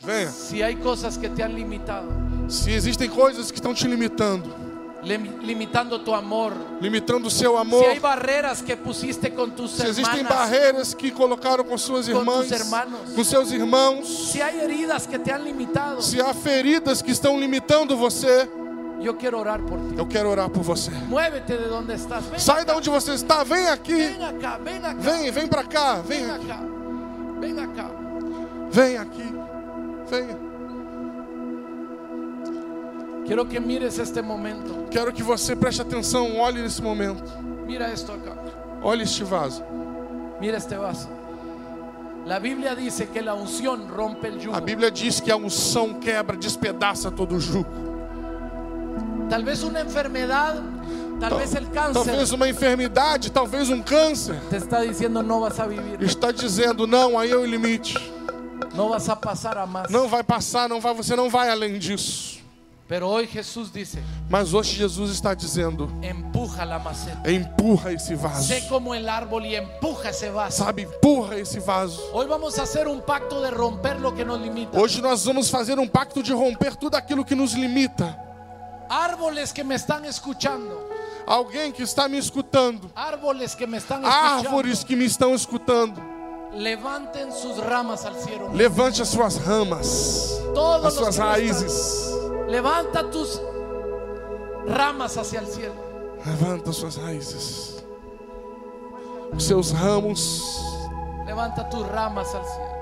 Speaker 3: Venha.
Speaker 2: Si hay cosas que te han limitado,
Speaker 3: Se existem coisas que estão te limitando,
Speaker 2: lim- limitando tu amor,
Speaker 3: limitando o seu
Speaker 2: si
Speaker 3: amor,
Speaker 2: hay barreras que pusiste con tus
Speaker 3: se existem
Speaker 2: hermanas,
Speaker 3: barreiras que colocaram com suas
Speaker 2: Com
Speaker 3: irmãs,
Speaker 2: tus hermanos.
Speaker 3: com seus irmãos,
Speaker 2: si hay heridas que te han limitado,
Speaker 3: se há feridas que estão limitando você,
Speaker 2: yo quiero orar por ti.
Speaker 3: eu quero orar por você.
Speaker 2: Muévete de donde estás. Ven,
Speaker 3: Sai da onde você está, vem aqui.
Speaker 2: ven acá, ven acá,
Speaker 3: Vem, vem pra cá, vem
Speaker 2: ven
Speaker 3: aqui.
Speaker 2: acá, ven acá.
Speaker 3: Vem aqui. Venha.
Speaker 2: Quiero que mires este momento.
Speaker 3: Quero que você preste atenção, olhe nesse momento.
Speaker 2: Mira esto acá.
Speaker 3: Olhe este vaso.
Speaker 2: Mira este vaso. La Biblia dice que la unción rompe el yugo.
Speaker 3: A Bíblia diz que a unção quebra, despedaça todo o jugo.
Speaker 2: Tal vez una enfermedad, tal vez el
Speaker 3: Talvez
Speaker 2: cáncer
Speaker 3: uma enfermidade, talvez um câncer.
Speaker 2: te está diciendo no vas a vivir.
Speaker 3: Está dizendo, não, aí é o limite.
Speaker 2: No vas a pasar a más.
Speaker 3: Não vai passar, não vai, você não vai além disso.
Speaker 2: Pero hoy Jesús dice,
Speaker 3: Mas hoje Jesus está dizendo,
Speaker 2: empuja la maceta.
Speaker 3: empurra esse vaso.
Speaker 2: Sé como el árbol y empuja ese vaso.
Speaker 3: Sabe, empurra esse vaso.
Speaker 2: Hoy vamos a hacer un pacto de romper lo que nos limita.
Speaker 3: Hoje nós vamos fazer um pacto de romper tudo aquilo que nos limita.
Speaker 2: Árboles que me están escuchando.
Speaker 3: Alguém que está me escutando,
Speaker 2: Árboles que me están
Speaker 3: árvores
Speaker 2: escuchando.
Speaker 3: que me estão escutando,
Speaker 2: Levanten sus ramas al cielo.
Speaker 3: levante as suas ramas,
Speaker 2: Todos los
Speaker 3: as suas
Speaker 2: que me
Speaker 3: raízes.
Speaker 2: están- Levanta tus ramas hacia el cielo.
Speaker 3: Levanta suas raízes, os seus ramos.
Speaker 2: Levanta tus ramas al cielo.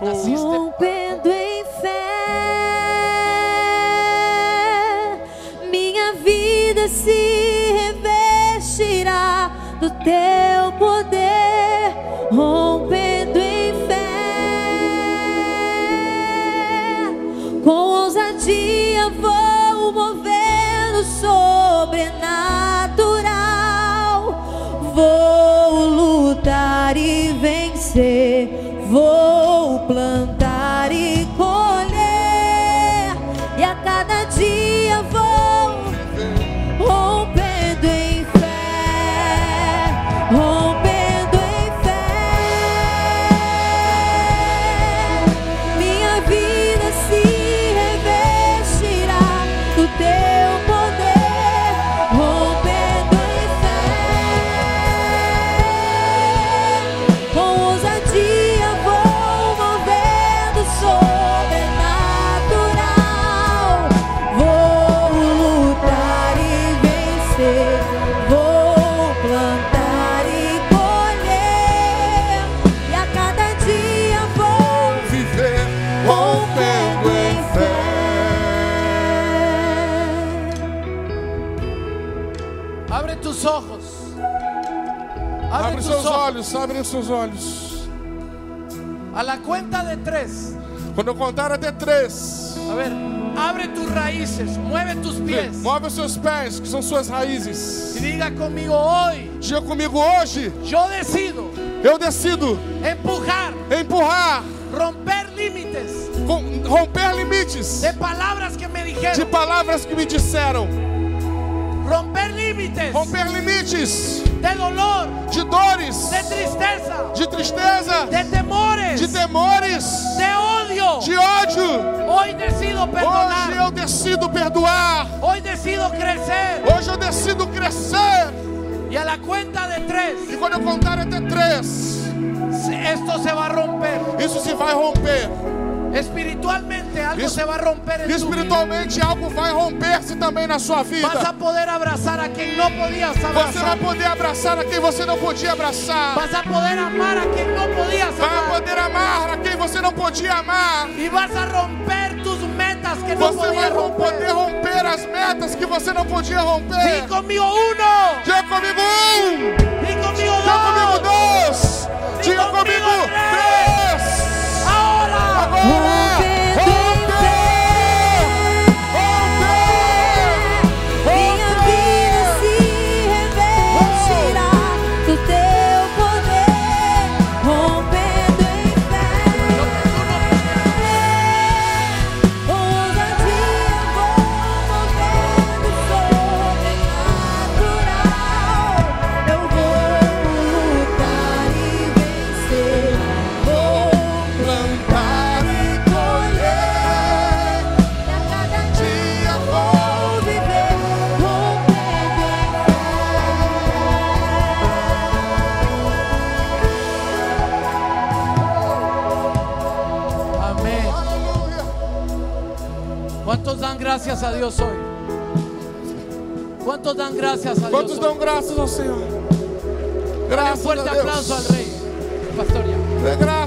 Speaker 3: Oh,
Speaker 2: Assista.
Speaker 4: Rompendo em fé, minha vida se revestirá do teu poder. Rompendo em fé, com ousadia vou mover o sobrenatural. Vou lutar e vencer, vou plantar e colher, e a cada dia vou rompendo em fé, rompendo em fé. Minha vida se revestirá do teu poder, rompendo em fé. Com ousadia vou movendo sobrenatural. Vou lutar e vencer, vou plantar e colher, e a cada dia vou
Speaker 3: viver rompendo em fé.
Speaker 2: Abre tus ojos. Abre,
Speaker 3: Abre
Speaker 2: tus
Speaker 3: seus
Speaker 2: ojos.
Speaker 3: olhos, abre seus olhos.
Speaker 2: A la cuenta de tres.
Speaker 3: Quando eu contar até três,
Speaker 2: A ver, abre tus raíces, mueve tus pies.
Speaker 3: move os seus pés, que são suas raízes.
Speaker 2: Y diga conmigo hoy,
Speaker 3: Diga comigo hoje,
Speaker 2: yo decido
Speaker 3: eu decido
Speaker 2: empujar,
Speaker 3: empurrar,
Speaker 2: romper límites,
Speaker 3: com- romper limites,
Speaker 2: de palabras que me
Speaker 3: de
Speaker 2: dijeron,
Speaker 3: palavras que me disseram.
Speaker 2: romper límites,
Speaker 3: Romper limites,
Speaker 2: de dolor,
Speaker 3: de dores,
Speaker 2: de tristeza,
Speaker 3: de tristeza,
Speaker 2: de temores,
Speaker 3: de temores,
Speaker 2: de odio.
Speaker 3: de ódio.
Speaker 2: Hoy decido
Speaker 3: Hoje
Speaker 2: perdonar,
Speaker 3: eu decido perdoar.
Speaker 2: hoy decido crecer
Speaker 3: Hoje eu decido crescer.
Speaker 2: y a la cuenta de
Speaker 3: E
Speaker 2: tres
Speaker 3: quando eu contar até três,
Speaker 2: se- esto se va a romper.
Speaker 3: isso se vai romper.
Speaker 2: Espiritualmente algo
Speaker 3: Esp-
Speaker 2: se va a romper en tu vida.
Speaker 3: Espiritualmente algo vai romper-se também na sua
Speaker 2: Vas
Speaker 3: vida.
Speaker 2: a poder abrazar a quien no podías
Speaker 3: Você vai
Speaker 2: abrazar.
Speaker 3: poder abraçar a quem você não podia abraçar.
Speaker 2: Vas a poder amar a quien no podías
Speaker 3: Vai
Speaker 2: amar.
Speaker 3: poder amar a quem você não podia amar.
Speaker 2: Y vas a romper tus metas que no
Speaker 3: Você vai
Speaker 2: podías
Speaker 3: rom- poder
Speaker 2: romper.
Speaker 3: romper as metas que você não podia romper.
Speaker 2: Di conmigo uno,
Speaker 3: Diga comigo um,
Speaker 2: di conmigo
Speaker 3: diga comigo
Speaker 2: dos.
Speaker 3: dois, diga comigo três.
Speaker 2: Ahora
Speaker 3: Agora,
Speaker 4: Romper,
Speaker 3: romper, romper.
Speaker 4: Minha vida se revestirá do teu poder, rompendo em fé. é Ousadia vou movendo sobrenatural. Eu vou lutar e vencer. Vou plantar e colher. E a cada dia vou viver rompendo em
Speaker 2: Amén. ¿Cuántos dan gracias a Dios hoy? ¿Cuántos dan gracias a
Speaker 3: Quantos
Speaker 2: Dios
Speaker 3: dão
Speaker 2: hoy?
Speaker 3: graças ao Senhor?
Speaker 2: Un
Speaker 3: Graças a
Speaker 2: fuerte um aplauso al
Speaker 3: Deus.
Speaker 2: Rey. Pastor, ya.
Speaker 3: Dê graças